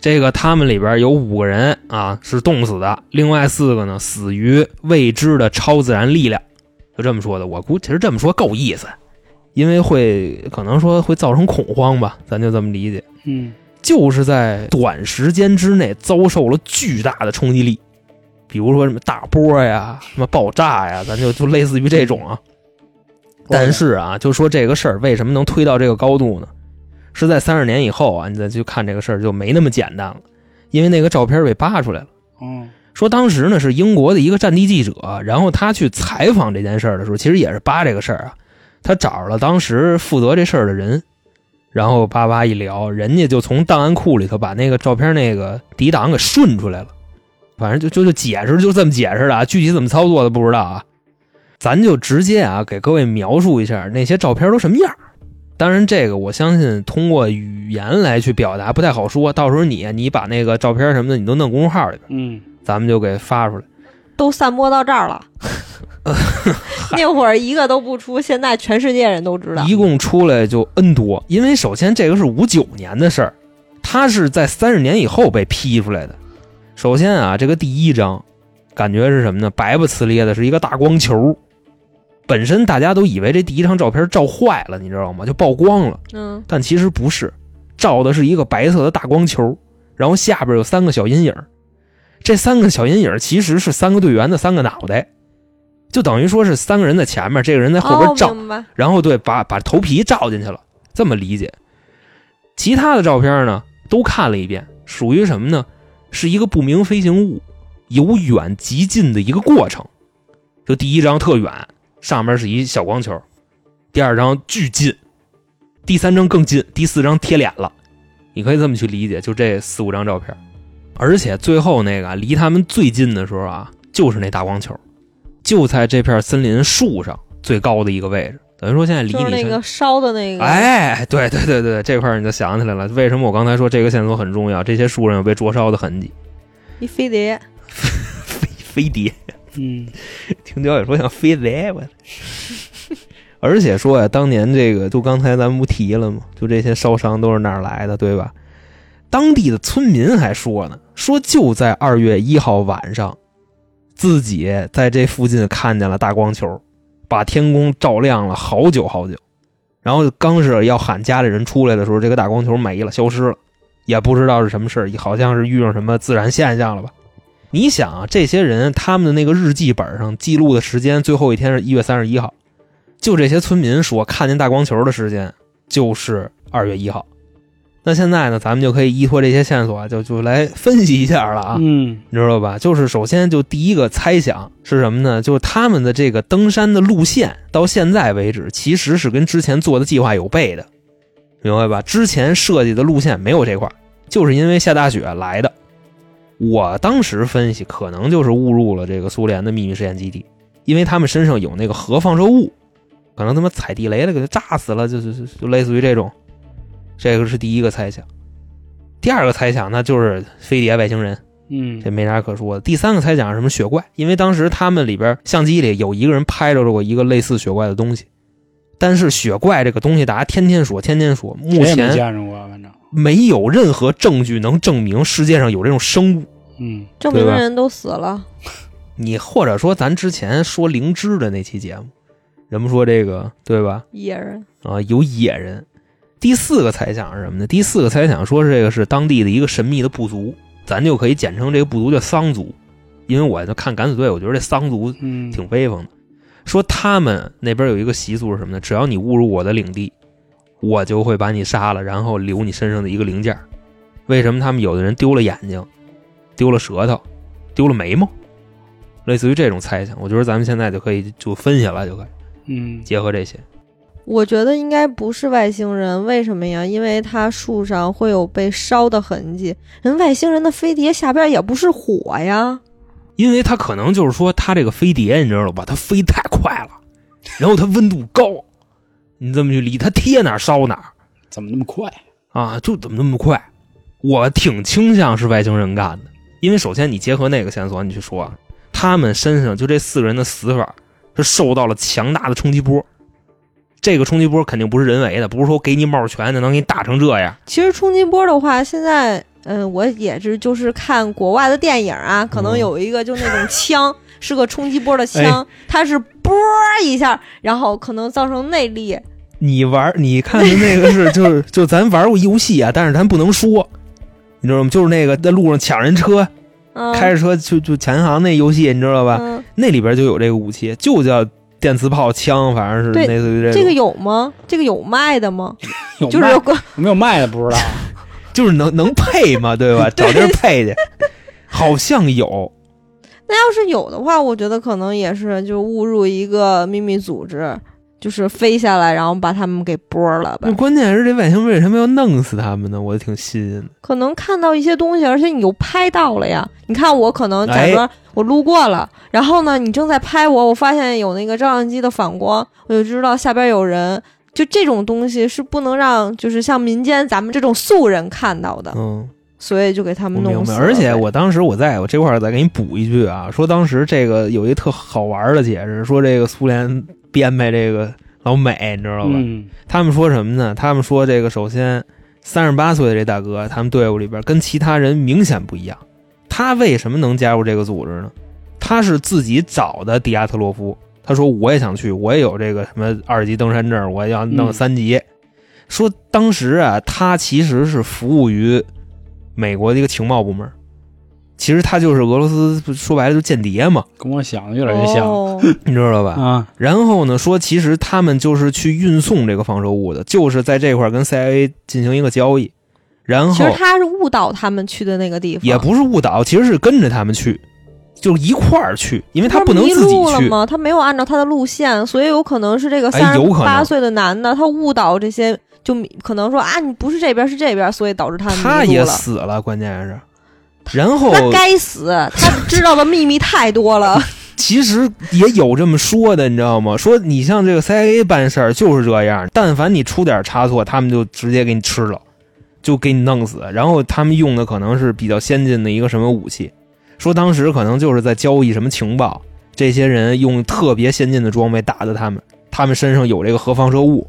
Speaker 3: 这个他们里边有五个人啊是冻死的，另外四个呢死于未知的超自然力量，就这么说的。我估其实这么说够意思，因为会可能说会造成恐慌吧，咱就这么理解。
Speaker 1: 嗯，
Speaker 3: 就是在短时间之内遭受了巨大的冲击力，比如说什么大波呀、什么爆炸呀，咱就就类似于这种啊。但是啊，就说这个事儿为什么能推到这个高度呢？是在三十年以后啊，你再去看这个事儿就没那么简单了，因为那个照片被扒出来了。
Speaker 1: 嗯
Speaker 3: 说当时呢是英国的一个战地记者，然后他去采访这件事儿的时候，其实也是扒这个事儿啊，他找了当时负责这事儿的人，然后叭叭一聊，人家就从档案库里头把那个照片那个底档给顺出来了，反正就就就解释就这么解释的啊，具体怎么操作的不知道啊，咱就直接啊给各位描述一下那些照片都什么样儿。当然，这个我相信通过语言来去表达不太好说，到时候你你把那个照片什么的你都弄公众号里边。
Speaker 1: 嗯，
Speaker 3: 咱们就给发出来。
Speaker 4: 都散播到 这儿了。 那会儿一个都不出，现在全世界人都知道。
Speaker 3: 一共出来就 N 多，因为首先这个是五九年的事儿，它是在三十年以后被批出来的。首先啊，这个第一章感觉是什么呢？白不呲咧的，是一个大光球。本身大家都以为这第一张照片照坏了，你知道吗？就曝光了，
Speaker 4: 嗯，
Speaker 3: 但其实不是，照的是一个白色的大光球，然后下边有三个小阴影儿。这三个小阴影儿其实是三个队员的三个脑袋，就等于说是三个人在前面，这个人在后边照
Speaker 4: 哦、。明白。
Speaker 3: 然后对，把把头皮照进去了，这么理解。其他的照片呢，都看了一遍，属于什么呢？是一个不明飞行物由远及近的一个过程。就第一张特远，上面是一小光球；第二张巨近，第三张更近，第四张贴脸了。你可以这么去理解，就这四五张照片。而且最后那个啊离他们最近的时候啊，就是那大光球，就在这片森林树上最高的一个位置。等于说现在离
Speaker 4: 就是
Speaker 3: 你
Speaker 4: 那
Speaker 3: 现
Speaker 4: 个烧的那个，，
Speaker 3: 哎，对对对对，这块儿你就想起来了。为什么我刚才说这个线索很重要？这些树上有被灼烧的痕迹，
Speaker 4: 一飞碟，
Speaker 3: 飞飞碟，
Speaker 1: 嗯
Speaker 3: 听刁也说像飞碟，我。 而且说呀、当年这个就刚才咱们不提了吗？就这些烧伤都是哪儿来的，对吧？当地的村民还说呢，说就在二月一号晚上，自己在这附近看见了大光球，把天空照亮了好久好久。然后刚是要喊家里人出来的时候，这个大光球没了，消失了，也不知道是什么事儿，好像是遇上什么自然现象了吧。你想啊，这些人他们的那个日记本上记录的时间，最后一天是一月三十一号。就这些村民说，看见大光球的时间就是二月一号，那现在呢，咱们就可以依托这些线索啊，就就来分析一下了啊，
Speaker 1: 嗯
Speaker 3: 你知道吧？就是首先就第一个猜想是什么呢？就是他们的这个登山的路线到现在为止，其实是跟之前做的计划有背的，明白吧？之前设计的路线没有这块儿，就是因为下大雪来的。我当时分析，可能就是误入了这个苏联的秘密实验基地，因为他们身上有那个核放射物，可能他妈踩地雷了，给他炸死了，就就就就类似于这种。这个是第一个猜想，第二个猜想那就是飞碟外星人。
Speaker 1: 嗯
Speaker 3: 这没啥可说的。第三个猜想是什么雪怪？因为当时他们里边相机里有一个人拍着过一个类似雪怪的东西，但是雪怪这个东西大家天天说，天天说，目
Speaker 1: 谁也没
Speaker 3: 前
Speaker 1: 见着过，反正
Speaker 3: 没有任何证据能证明世界上有这种生物。
Speaker 1: 嗯
Speaker 4: 证明
Speaker 3: 对吧
Speaker 4: 的人都死了，
Speaker 3: 你或者说咱之前说灵芝的那期节目，人们说这个对吧？
Speaker 4: 野人
Speaker 3: 啊，有野人。第四个猜想是什么呢？第四个猜想说是这个是当地的一个神秘的部族，咱就可以简称这个部族叫桑族，因为我就看敢死队，我觉得这桑族
Speaker 1: 嗯，
Speaker 3: 挺威风的。说他们那边有一个习俗是什么呢？只要你侮辱我的领地，我就会把你杀了，然后留你身上的一个零件儿。为什么他们有的人丢了眼睛，丢了舌头，丢了眉毛，类似于这种猜想？我觉得咱们现在就可以就分析了，就可以
Speaker 1: 嗯
Speaker 3: 结合这些。
Speaker 4: 我觉得应该不是外星人，为什么呀？因为它树上会有被烧的痕迹，人外星人的飞碟下边也不是火呀，
Speaker 3: 因为它可能就是说，它这个飞碟，你知道吧？它飞太快了，然后它温度高，你这么去理它，贴哪儿烧哪儿
Speaker 1: 怎么那么快？
Speaker 3: 啊，就怎么那么快？我挺倾向是外星人干的，因为首先你结合那个线索，你去说啊，他们身上就这四个人的死法是受到了强大的冲击波，这个冲击波肯定不是人为的，不是说给你帽拳就能给你打成这样。
Speaker 4: 其实冲击波的话，现在嗯、呃我也是就是看国外的电影啊，可能
Speaker 3: 嗯
Speaker 4: 有一个就那种枪、是个冲击波的枪，它是波儿一下，然后可能造成内力。
Speaker 3: 你玩，你看的那个是就是就咱玩过游戏啊，但是咱不能说，你知道吗？就是那个在路上抢人车，
Speaker 4: 嗯，
Speaker 3: 开着车就就潜航那游戏，你知道吧？
Speaker 4: 嗯，
Speaker 3: 那里边就有这个武器，就叫电磁炮枪，反正是
Speaker 4: 对
Speaker 3: 类似于这种。
Speaker 4: 这个有吗？这个有卖的吗？
Speaker 1: 有
Speaker 4: 就是
Speaker 1: 卖
Speaker 4: 有关
Speaker 1: 有没有卖的不 知道，
Speaker 3: 就是能能配嘛，对 吧？找地儿配去，好像有。
Speaker 4: 那要是有的话，我觉得可能也是就误入一个秘密组织，就是飞下来，然后把他们给波儿了吧
Speaker 3: 那。关键是这外星为什么要弄死他们呢？我挺新鲜的。
Speaker 4: 可能看到一些东西，而且你又拍到了呀。你看我可能假
Speaker 3: 哎
Speaker 4: 装我路过了，然后呢，你正在拍我，我发现有那个照相机的反光，我就知道下边有人。就这种东西是不能让，就是像民间咱们这种素人看到的，
Speaker 3: 嗯，
Speaker 4: 所以就给他
Speaker 3: 我
Speaker 4: 们弄
Speaker 3: 明
Speaker 4: 死
Speaker 3: 白。
Speaker 4: 了呗。
Speaker 3: 而且我当时我在我这块儿再给你补一句啊，说当时这个有一特好玩的解释，说这个苏联编排这个老美，你知道吧？
Speaker 1: 嗯
Speaker 3: 他们说什么呢？他们说这个首先三十八岁的这大哥，他们队伍里边跟其他人明显不一样。他为什么能加入这个组织呢？他是自己找的迪亚特洛夫。他说我也想去，我也有这个什么二级登山证，我要弄
Speaker 1: 嗯
Speaker 3: 三级。说当时啊，他其实是服务于美国的一个情报部门，其实他就是俄罗斯，说白了就是间谍嘛，
Speaker 1: 跟我想的越来越像
Speaker 4: 哦、
Speaker 3: 你知道吧？
Speaker 1: 啊，
Speaker 3: 然后呢，说其实他们就是去运送这个放射物的，就是在这块儿跟 CIA 进行一个交易，然
Speaker 4: 其
Speaker 3: 后
Speaker 4: 实他是误导他们去的那个地方，
Speaker 3: 也不是误导，其实是跟着他们去，就是一块儿去，因为
Speaker 4: 他
Speaker 3: 不能
Speaker 4: 迷
Speaker 3: 自己
Speaker 4: 路了
Speaker 3: 去。
Speaker 4: 吗？他没有按照他的路线，所以有可能是这个
Speaker 3: 哎
Speaker 4: 三
Speaker 3: 有
Speaker 4: 十
Speaker 3: 可能
Speaker 4: 八岁的男的，他误导这些，就可能说啊，你不是这边是这边，所以导致他
Speaker 3: 他
Speaker 4: 迷
Speaker 3: 也
Speaker 4: 路了。
Speaker 3: 死了，关键是。然后
Speaker 4: 他该死，他知道的秘密太多了。
Speaker 3: 其实也有这么说的，你知道吗？说你像这个 CIA 办事儿就是这样，但凡你出点差错，他们就直接给你吃了，就给你弄死。然后他们用的可能是比较先进的一个什么武器，说当时可能就是在交易什么情报，这些人用特别先进的装备打的他们，他们身上有这个核放射物，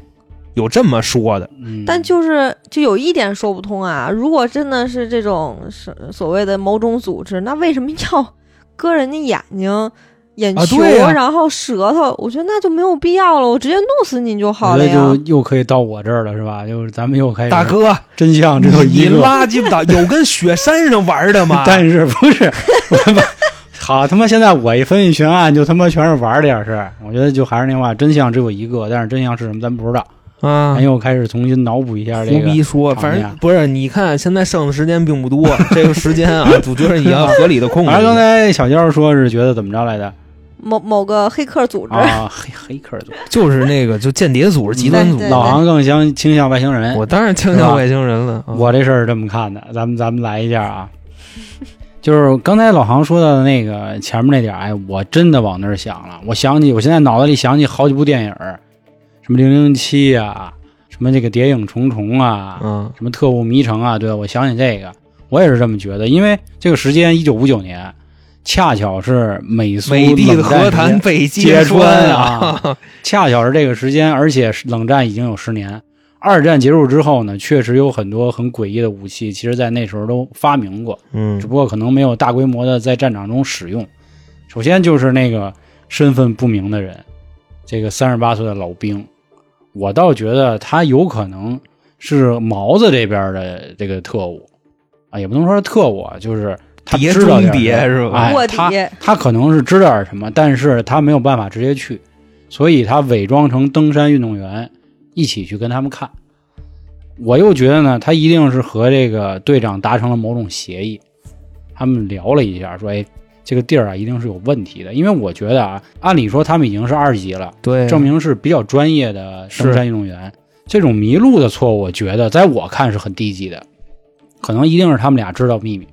Speaker 3: 有这么说的。
Speaker 1: 嗯，
Speaker 4: 但就是就有一点说不通啊，如果真的是这种是所谓的某种组织，那为什么要 割人家眼睛？眼
Speaker 3: 啊
Speaker 4: 球，
Speaker 3: 对啊
Speaker 4: 然后舌头，我觉得那就没有必要了，我直接弄死你就好
Speaker 1: 我觉
Speaker 4: 了
Speaker 1: 得
Speaker 4: 呀。
Speaker 1: 就又可以到我这儿了，是吧？就是咱们又开始
Speaker 3: 大哥，
Speaker 1: 真相只有
Speaker 3: 你
Speaker 1: 一个，
Speaker 3: 垃圾岛有跟雪山上玩的 吗？
Speaker 1: 但是不是？我他妈 好他妈！现在我一分析悬案，就他妈全是玩儿这点事儿。我觉得就还是那话，真相只有一个，但是真相是什么咱不知道。
Speaker 3: 啊
Speaker 1: 咱，又开始重新脑补一下这
Speaker 3: 胡
Speaker 1: 个
Speaker 3: 逼说，
Speaker 1: 场
Speaker 3: 反
Speaker 1: 面
Speaker 3: 正不是，你看现在剩的时间并不多， 这个时间啊， 我觉得你要合理的控制。
Speaker 1: 反正刚才小娇说是觉得怎么着来着
Speaker 4: 某某个黑客组织，
Speaker 1: 啊？黑黑客组
Speaker 3: 就是那个就间谍组织、极端组
Speaker 4: 对，对
Speaker 1: 老王更相倾向外星人。
Speaker 3: 我当然倾向外星人了。啊
Speaker 1: 我这事儿这么看的，咱们咱们来一下啊， 就是刚才老航说到的那个前面那点儿，哎，我真的往那儿想了，我想起我现在脑子里想起好几部电影儿，什么零零七啊，什么这个谍影重重啊，
Speaker 3: 嗯
Speaker 1: 什么特务迷城啊，对吧我想起这个，我也是这么觉得，因为这个时间一九五九年，恰巧是美苏
Speaker 3: 美帝的
Speaker 1: 冷战
Speaker 3: 和谈
Speaker 1: 时间
Speaker 3: 被
Speaker 1: 揭
Speaker 3: 穿
Speaker 1: 穿！啊，恰巧是这个时间，而且是冷战已经有十年，二战结束之后呢，确实有很多很诡异的武器，其实在那时候都发明过，
Speaker 3: 嗯
Speaker 1: 只不过可能没有大规模的在战场中使用。首先就是那个身份不明的人，这个三十八岁的老兵，我倒觉得他有可能是毛子这边的这个特务啊，也不能说是特务，啊，就是他
Speaker 3: 谍
Speaker 1: 知道点
Speaker 3: 中谍
Speaker 1: 什么
Speaker 3: 是吧
Speaker 1: 哎
Speaker 4: 卧
Speaker 1: 他
Speaker 4: 底
Speaker 1: 他可能是知道点什么，但是他没有办法直接去，所以他伪装成登山运动员一起去跟他们看。我又觉得呢，他一定是和这个队长达成了某种协议，他们聊了一下，说：“哎，这个地儿啊，一定是有问题的。”因为我觉得啊，按理说他们已经是二级了，
Speaker 3: 对，
Speaker 1: 证明是比较专业的
Speaker 3: 是
Speaker 1: 登山运动员。这种迷路的错误，我觉得在我看是很低级的，可能一定是他们俩知道秘密，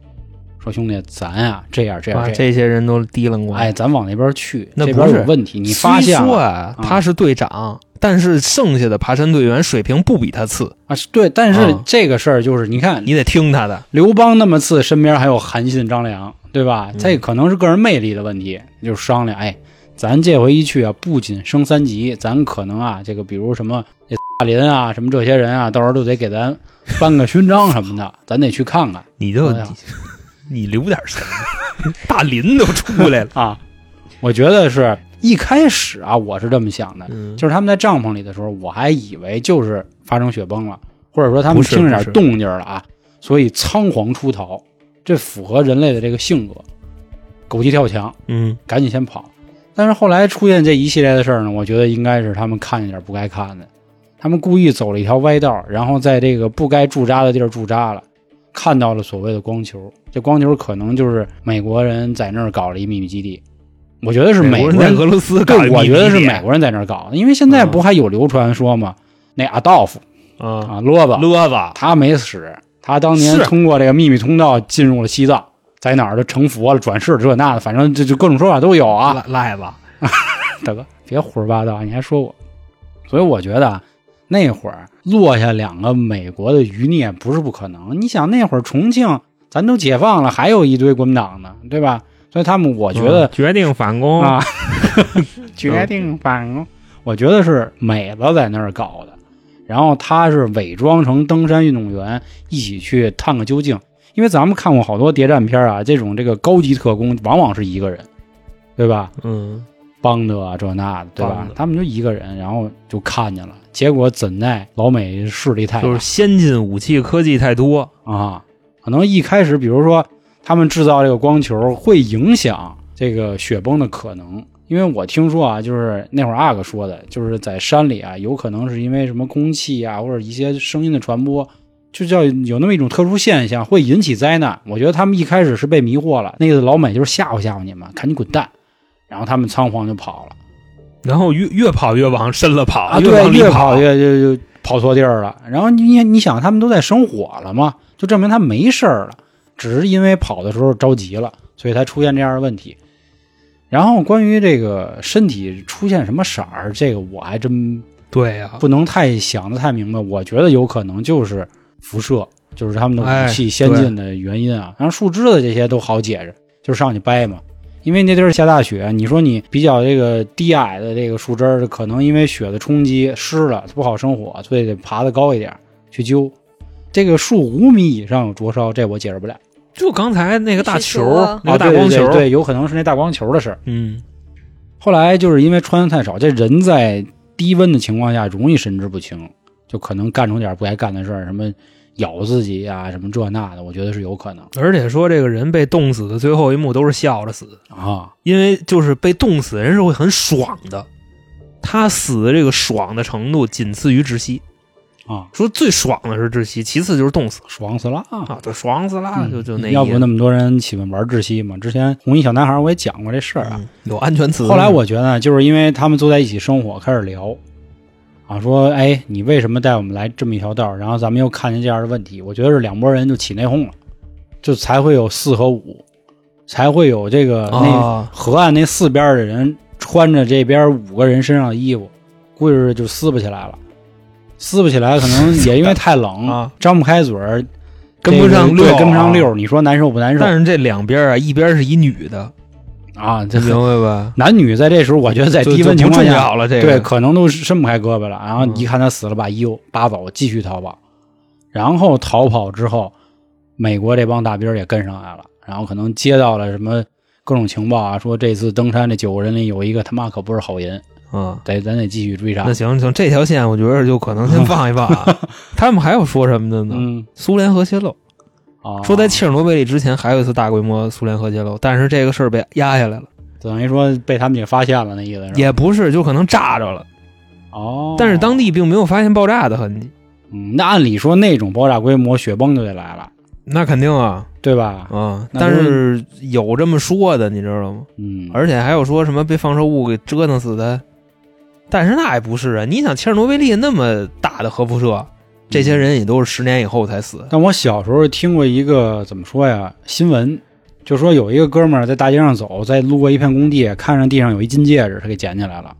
Speaker 1: 说兄弟，咱啊这样这样
Speaker 3: 把
Speaker 1: 这样，
Speaker 3: 这些人都提楞过。
Speaker 1: 哎，，咱往那边去，
Speaker 3: 那
Speaker 1: 这
Speaker 3: 不
Speaker 1: 边有
Speaker 3: 是
Speaker 1: 问题，你发现
Speaker 3: 虽说
Speaker 1: 了
Speaker 3: 啊，
Speaker 1: 嗯
Speaker 3: 他是队长，但是剩下的爬山队员水平不比他次，
Speaker 1: 啊？是对，但是
Speaker 3: 嗯
Speaker 1: 这个事儿就是，你看
Speaker 3: 你得听他的。
Speaker 1: 刘邦那么次，身边还有韩信、张良，对吧？
Speaker 3: 嗯
Speaker 1: 这可能是个人魅力的问题，就是商量，哎，咱这回一去啊，不仅升三级，咱可能啊，这个比如什么这大林啊，什么这些人啊，到时候都得给咱颁个勋章什么的，咱得去看看
Speaker 3: 你就
Speaker 1: 哎呀
Speaker 3: 你你留点神，大林都出 来了。
Speaker 1: 啊。我觉得是一开始啊，我是这么想的，
Speaker 3: 嗯，
Speaker 1: 就是他们在帐篷里的时候，我还以为就是发生雪崩了，或者说他
Speaker 3: 不
Speaker 1: 们
Speaker 3: 是
Speaker 1: 听着
Speaker 3: 不
Speaker 1: 点
Speaker 3: 是
Speaker 1: 动静了啊，所以仓皇出逃，这符合人类的这个性格，狗急跳墙，
Speaker 3: 嗯，
Speaker 1: 赶紧先跑。但是后来出现这一系列的事儿呢，我觉得应该是他们看见点不该看的，他们故意走了一条歪道，然后在这个不该驻扎的地儿驻扎了，看到了所谓的光球，这光球可能就是美国人在那儿搞了一秘密基地，我觉得是美
Speaker 3: 国
Speaker 1: 国
Speaker 3: 人在俄罗斯搞
Speaker 1: 对，我觉得是美
Speaker 3: 买
Speaker 1: 国人在那儿搞的，因为现在
Speaker 3: 嗯
Speaker 1: 不还有流传说吗？那阿道夫
Speaker 3: 啊，
Speaker 1: 啊，罗巴，
Speaker 3: 乐子
Speaker 1: 他没死，他当年
Speaker 3: 是
Speaker 1: 通过这个秘密通道进入了西藏，在哪儿都成佛了，转世这那的，反正这就各种说法都有啊。
Speaker 3: 赖赖子，
Speaker 1: 大哥，别胡说八道，你还说我。所以我觉得啊，那会儿落下两个美国的余孽不是不可能。你想那会儿重庆咱都解放了，还有一堆国民党呢，对吧？所以他们，我觉得
Speaker 3: 嗯决定反攻
Speaker 1: 啊，决定反攻。我觉得是美子在那儿搞的，然后他是伪装成登山运动员一起去探个究竟。因为咱们看过好多谍战片啊，这种这个高级特工往往是一个人，对吧？
Speaker 3: 嗯，
Speaker 1: 帮的啊，这那的，对吧
Speaker 3: 帮的？
Speaker 1: 他们就一个人，然后就看见了。结果怎奈老美势力太大
Speaker 3: 就是先进武器科技太多，
Speaker 1: 啊，可能一开始，比如说他们制造这个光球会影响这个雪崩的可能，因为我听说啊，就是那会儿阿哥说的，就是在山里啊，有可能是因为什么空气啊，或者一些声音的传播，就叫有那么一种特殊现象会引起灾难。我觉得他们一开始是被迷惑了，那个老美就是吓唬吓唬你们，赶紧滚蛋，然后他们仓皇就跑了。
Speaker 3: 然后越越跑越往深了跑，
Speaker 1: 啊，
Speaker 3: 越
Speaker 1: 对，
Speaker 3: 往里
Speaker 1: 越跑越就就跑错地儿了。然后你你想，他们都在生火了嘛，就证明他没事儿了，只是因为跑的时候着急了，所以才出现这样的问题。然后关于这个身体出现什么色儿，这个我还真
Speaker 3: 对呀，
Speaker 1: 不能太想得太明白。我觉得有可能就是辐射，就是他们的
Speaker 3: 哎
Speaker 1: 武器先进的原因啊。然后树枝子这些都好解释，就是上去掰嘛。因为那地儿下大雪，你说你比较这个低矮的这个树枝儿，可能因为雪的冲击湿了，它不好生火，所以得爬得高一点儿去揪。这个树五米以上有灼烧，这我解释不了。
Speaker 3: 就刚才那个大
Speaker 4: 是
Speaker 3: 球
Speaker 4: 球啊，
Speaker 3: 那
Speaker 1: 啊
Speaker 3: 个大
Speaker 1: 对
Speaker 3: 光
Speaker 1: 对
Speaker 3: 球
Speaker 1: 对，对，有可能是那大光球的事儿。
Speaker 3: 嗯，
Speaker 1: 后来就是因为穿的太少，这人在低温的情况下容易神志不清，就可能干出点不该干的事儿，什么咬自己啊，什么这那的，我觉得是有可能
Speaker 3: 而且说这个人被冻死的最后一幕都是笑着死的，
Speaker 1: 啊。
Speaker 3: 因为就是被冻死的人是会很爽的，他死的这个爽的程度仅次于窒息，
Speaker 1: 啊，
Speaker 3: 说最爽的是窒息，其次就是冻死
Speaker 1: 爽死了啊！
Speaker 3: 啊，对，爽死了，就就那
Speaker 1: 嗯要
Speaker 3: 意
Speaker 1: 不
Speaker 3: 思
Speaker 1: 那么多人喜欢玩窒息嘛？之前红衣小男孩我也讲过这事儿啊。
Speaker 5: 嗯有安全词。
Speaker 1: 后来我觉得就是因为他们坐在一起生火，开始聊，啊，说哎，你为什么带我们来这么一条道儿？然后咱们又看见这样的问题，我觉得是两拨人就起内讧了，就才会有四和五，才会有这个那、
Speaker 3: 啊
Speaker 1: 河岸那四边的人穿着这边五个人身上的衣服，估计是就撕不起来了。撕不起来，可能也因为太冷，
Speaker 3: 啊
Speaker 1: 张不开嘴儿，
Speaker 3: 跟不上
Speaker 1: 这
Speaker 3: 溜
Speaker 1: 个
Speaker 3: 啊，
Speaker 1: 对，跟不上溜儿。你说难受不难受
Speaker 3: 但是这两边啊，一边是一女的，
Speaker 1: 啊？这
Speaker 3: 明白吧？
Speaker 1: 男女在这时候，我觉得在
Speaker 3: 就
Speaker 1: 哎低温
Speaker 3: 就
Speaker 1: 情
Speaker 3: 不
Speaker 1: 况
Speaker 3: 重
Speaker 1: 下，
Speaker 3: 要了，这个啊
Speaker 1: 对，可能都伸不开胳膊了。然后
Speaker 3: 嗯
Speaker 1: 一看他死了，把衣服扒走，继续逃跑。然后逃跑之后，美国这帮大兵也跟上来了，然后可能接到了什么各种情报啊，说这次登山这九个人里有一个他妈可不是好人，
Speaker 3: 啊。
Speaker 1: 得咱得继续追杀
Speaker 3: 那。行行，这条线我觉得就可能先放一 放啊。他们还有说什么的呢？
Speaker 1: 嗯，
Speaker 3: 苏联核泄漏，
Speaker 1: 啊，
Speaker 3: 说在切尔诺贝利之前还有一次大规模苏联核泄漏，但是这个事儿被压下来了，
Speaker 1: 等于说被他们给发现了，那意思是吧？
Speaker 3: 也不是，就可能炸着了，
Speaker 1: 哦，
Speaker 3: 但是当地并没有发现爆炸的痕迹。
Speaker 1: 嗯，那按理说那种爆炸规模，雪崩就得来了，
Speaker 3: 那肯定啊，
Speaker 1: 对吧？
Speaker 3: 啊，
Speaker 1: 那
Speaker 3: 但
Speaker 1: 不
Speaker 3: 是有这么说的，你知道吗？
Speaker 1: 嗯，
Speaker 3: 而且还有说什么被放射物给折腾死的，但是那也不是啊。你想切尔诺贝利那么大的核辐射，这些人也都是十年以后才死。
Speaker 1: 但我小时候听过一个怎么说呀新闻，就说有一个哥们儿在大街上走，在路过一片工地，看上地上有一金戒指，他给捡起来了，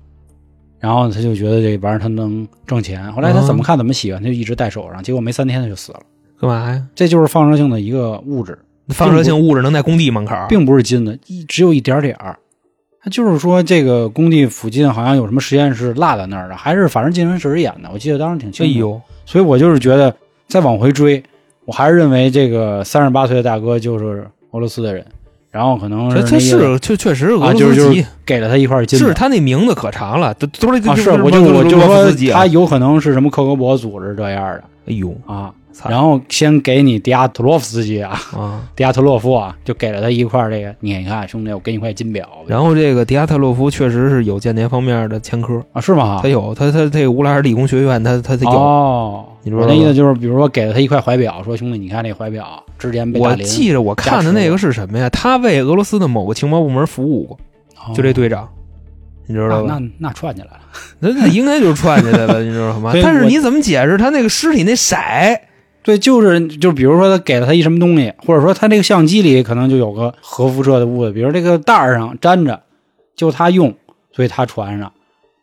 Speaker 1: 然后他就觉得这玩意儿他能挣钱。后来他
Speaker 3: 哦
Speaker 1: 怎么看怎么喜欢，他就一直戴手上，结果没三天他就死了。
Speaker 3: 干嘛呀？
Speaker 1: 这就是放射性的一个物质，
Speaker 3: 放射性物质能在工地门口儿？
Speaker 1: 并不是金的，一只有一点点儿。他就是说，这个工地附近好像有什么实验室落在那儿了，还是反正进行时演的，我记得当时挺
Speaker 3: 哎
Speaker 1: 清楚。
Speaker 3: 呦，
Speaker 1: 所以我就是觉得再往回追，我还是认为这个三十八岁的大哥就是俄罗斯的人，然后可能
Speaker 3: 这
Speaker 1: 是
Speaker 3: 这
Speaker 1: 那个
Speaker 3: 是确确实是俄
Speaker 1: 啊，
Speaker 3: 罗
Speaker 1: 就是
Speaker 3: 斯
Speaker 1: 就
Speaker 3: 籍
Speaker 1: 是，给了他一块金子
Speaker 3: 是他那名字可长了，都都是
Speaker 1: 啊，是我就
Speaker 3: 就
Speaker 1: 我就
Speaker 3: 俄罗
Speaker 1: 说
Speaker 3: 斯籍啊
Speaker 1: 他有可能是什么克格勃组织这样的
Speaker 3: 哎呦
Speaker 1: 啊，
Speaker 3: 操
Speaker 1: 然后先给你迪亚特洛夫斯基啊，
Speaker 3: 啊！
Speaker 1: 迪亚特洛夫啊，就给了他一块这个，你看兄弟，我给你块金表，
Speaker 3: 然后这个迪亚特洛夫确实是有间谍方面的前科，
Speaker 1: 啊是吗
Speaker 3: 他？有他他这个乌拉尔理工学院，他他他有。
Speaker 1: 哦，
Speaker 3: 你知道吧
Speaker 1: 我那意思就是，比如说给了他一块怀表，说兄弟，你看这怀表之前被
Speaker 3: 我
Speaker 1: 大林
Speaker 3: 记着我看的那个是什么呀？他为俄罗斯的某个情报部门服务过，
Speaker 1: 哦
Speaker 3: 就这队长，你知
Speaker 1: 那
Speaker 3: 道吧？
Speaker 1: 那那串起来了。
Speaker 3: 啊那那应该就是串起来了，你知 道吗？
Speaker 1: 所以
Speaker 3: 但是
Speaker 1: 我
Speaker 3: 你怎么解释他那个尸体那色？
Speaker 1: 对，就是就比如说他给了他一什么东西，或者说他这个相机里可能就有个核辐射的物质，比如这个袋儿上粘着，就他用，所以他传上。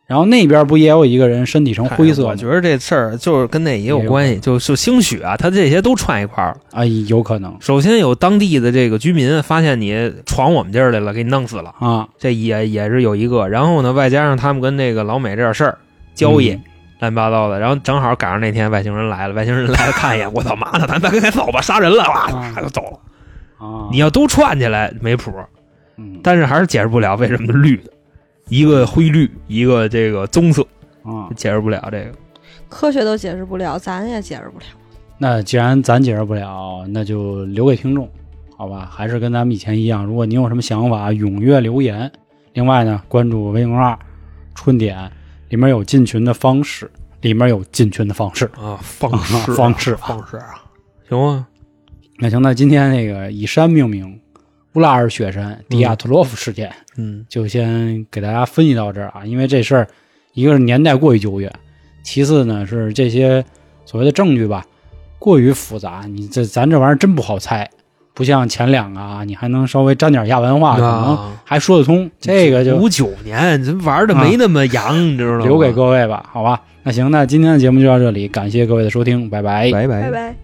Speaker 1: 然后那边不也有一个人身体成灰色
Speaker 3: 哎
Speaker 1: 吗
Speaker 3: 我觉得这事儿就是跟那也有
Speaker 1: 也有
Speaker 3: 关系，就就兴许啊，他这些都串一块儿了。
Speaker 1: 啊，有可能
Speaker 3: 首先有当地的这个居民发现你闯我们地儿来了，给你弄死了，
Speaker 1: 啊，
Speaker 3: 这也也是有一个。然后呢，外加上他们跟那个老美这点事儿交易。
Speaker 1: 嗯
Speaker 3: 乱七八糟的，然后正好赶上那天外星人来了，外星人来了看一眼，我操妈的，咱咱该走吧，杀人了，哇，
Speaker 1: 啊
Speaker 3: 就走了。
Speaker 1: 啊，
Speaker 3: 你要都串起来没谱，
Speaker 1: 嗯
Speaker 3: 但是还是解释不了为什么是绿的，一个灰绿，一个这个棕色，
Speaker 1: 啊，
Speaker 3: 解释不了这个。
Speaker 4: 科学都解释不了，咱也解释不了。
Speaker 1: 那既然咱解释不了，那就留给听众，好吧？还是跟咱们以前一样，如果您有什么想法，踊跃留言。另外呢，关注微信公众号“春点”，里面有进群的方式，里面有进群的方式。
Speaker 3: 啊，方
Speaker 1: 式啊
Speaker 3: 方方式啊，行啊，
Speaker 1: 那行，那今天那个以山命名，乌拉尔雪山迪亚特洛夫事件，
Speaker 3: 嗯，
Speaker 1: 就先给大家分析到这儿啊。因为这事儿，一个是年代过于久远，其次呢是这些所谓的证据吧过于复杂，你这咱这玩意儿真不好猜，不像前两个啊，你还能稍微沾点亚文化，可能
Speaker 3: 啊，
Speaker 1: 还说得通。这个就
Speaker 3: 五九年，这玩的没那么洋，你知道吗？
Speaker 1: 留给各位吧，好吧？那行，那今天的节目就到这里，感谢各位的收听，拜拜
Speaker 3: 拜拜
Speaker 4: 拜。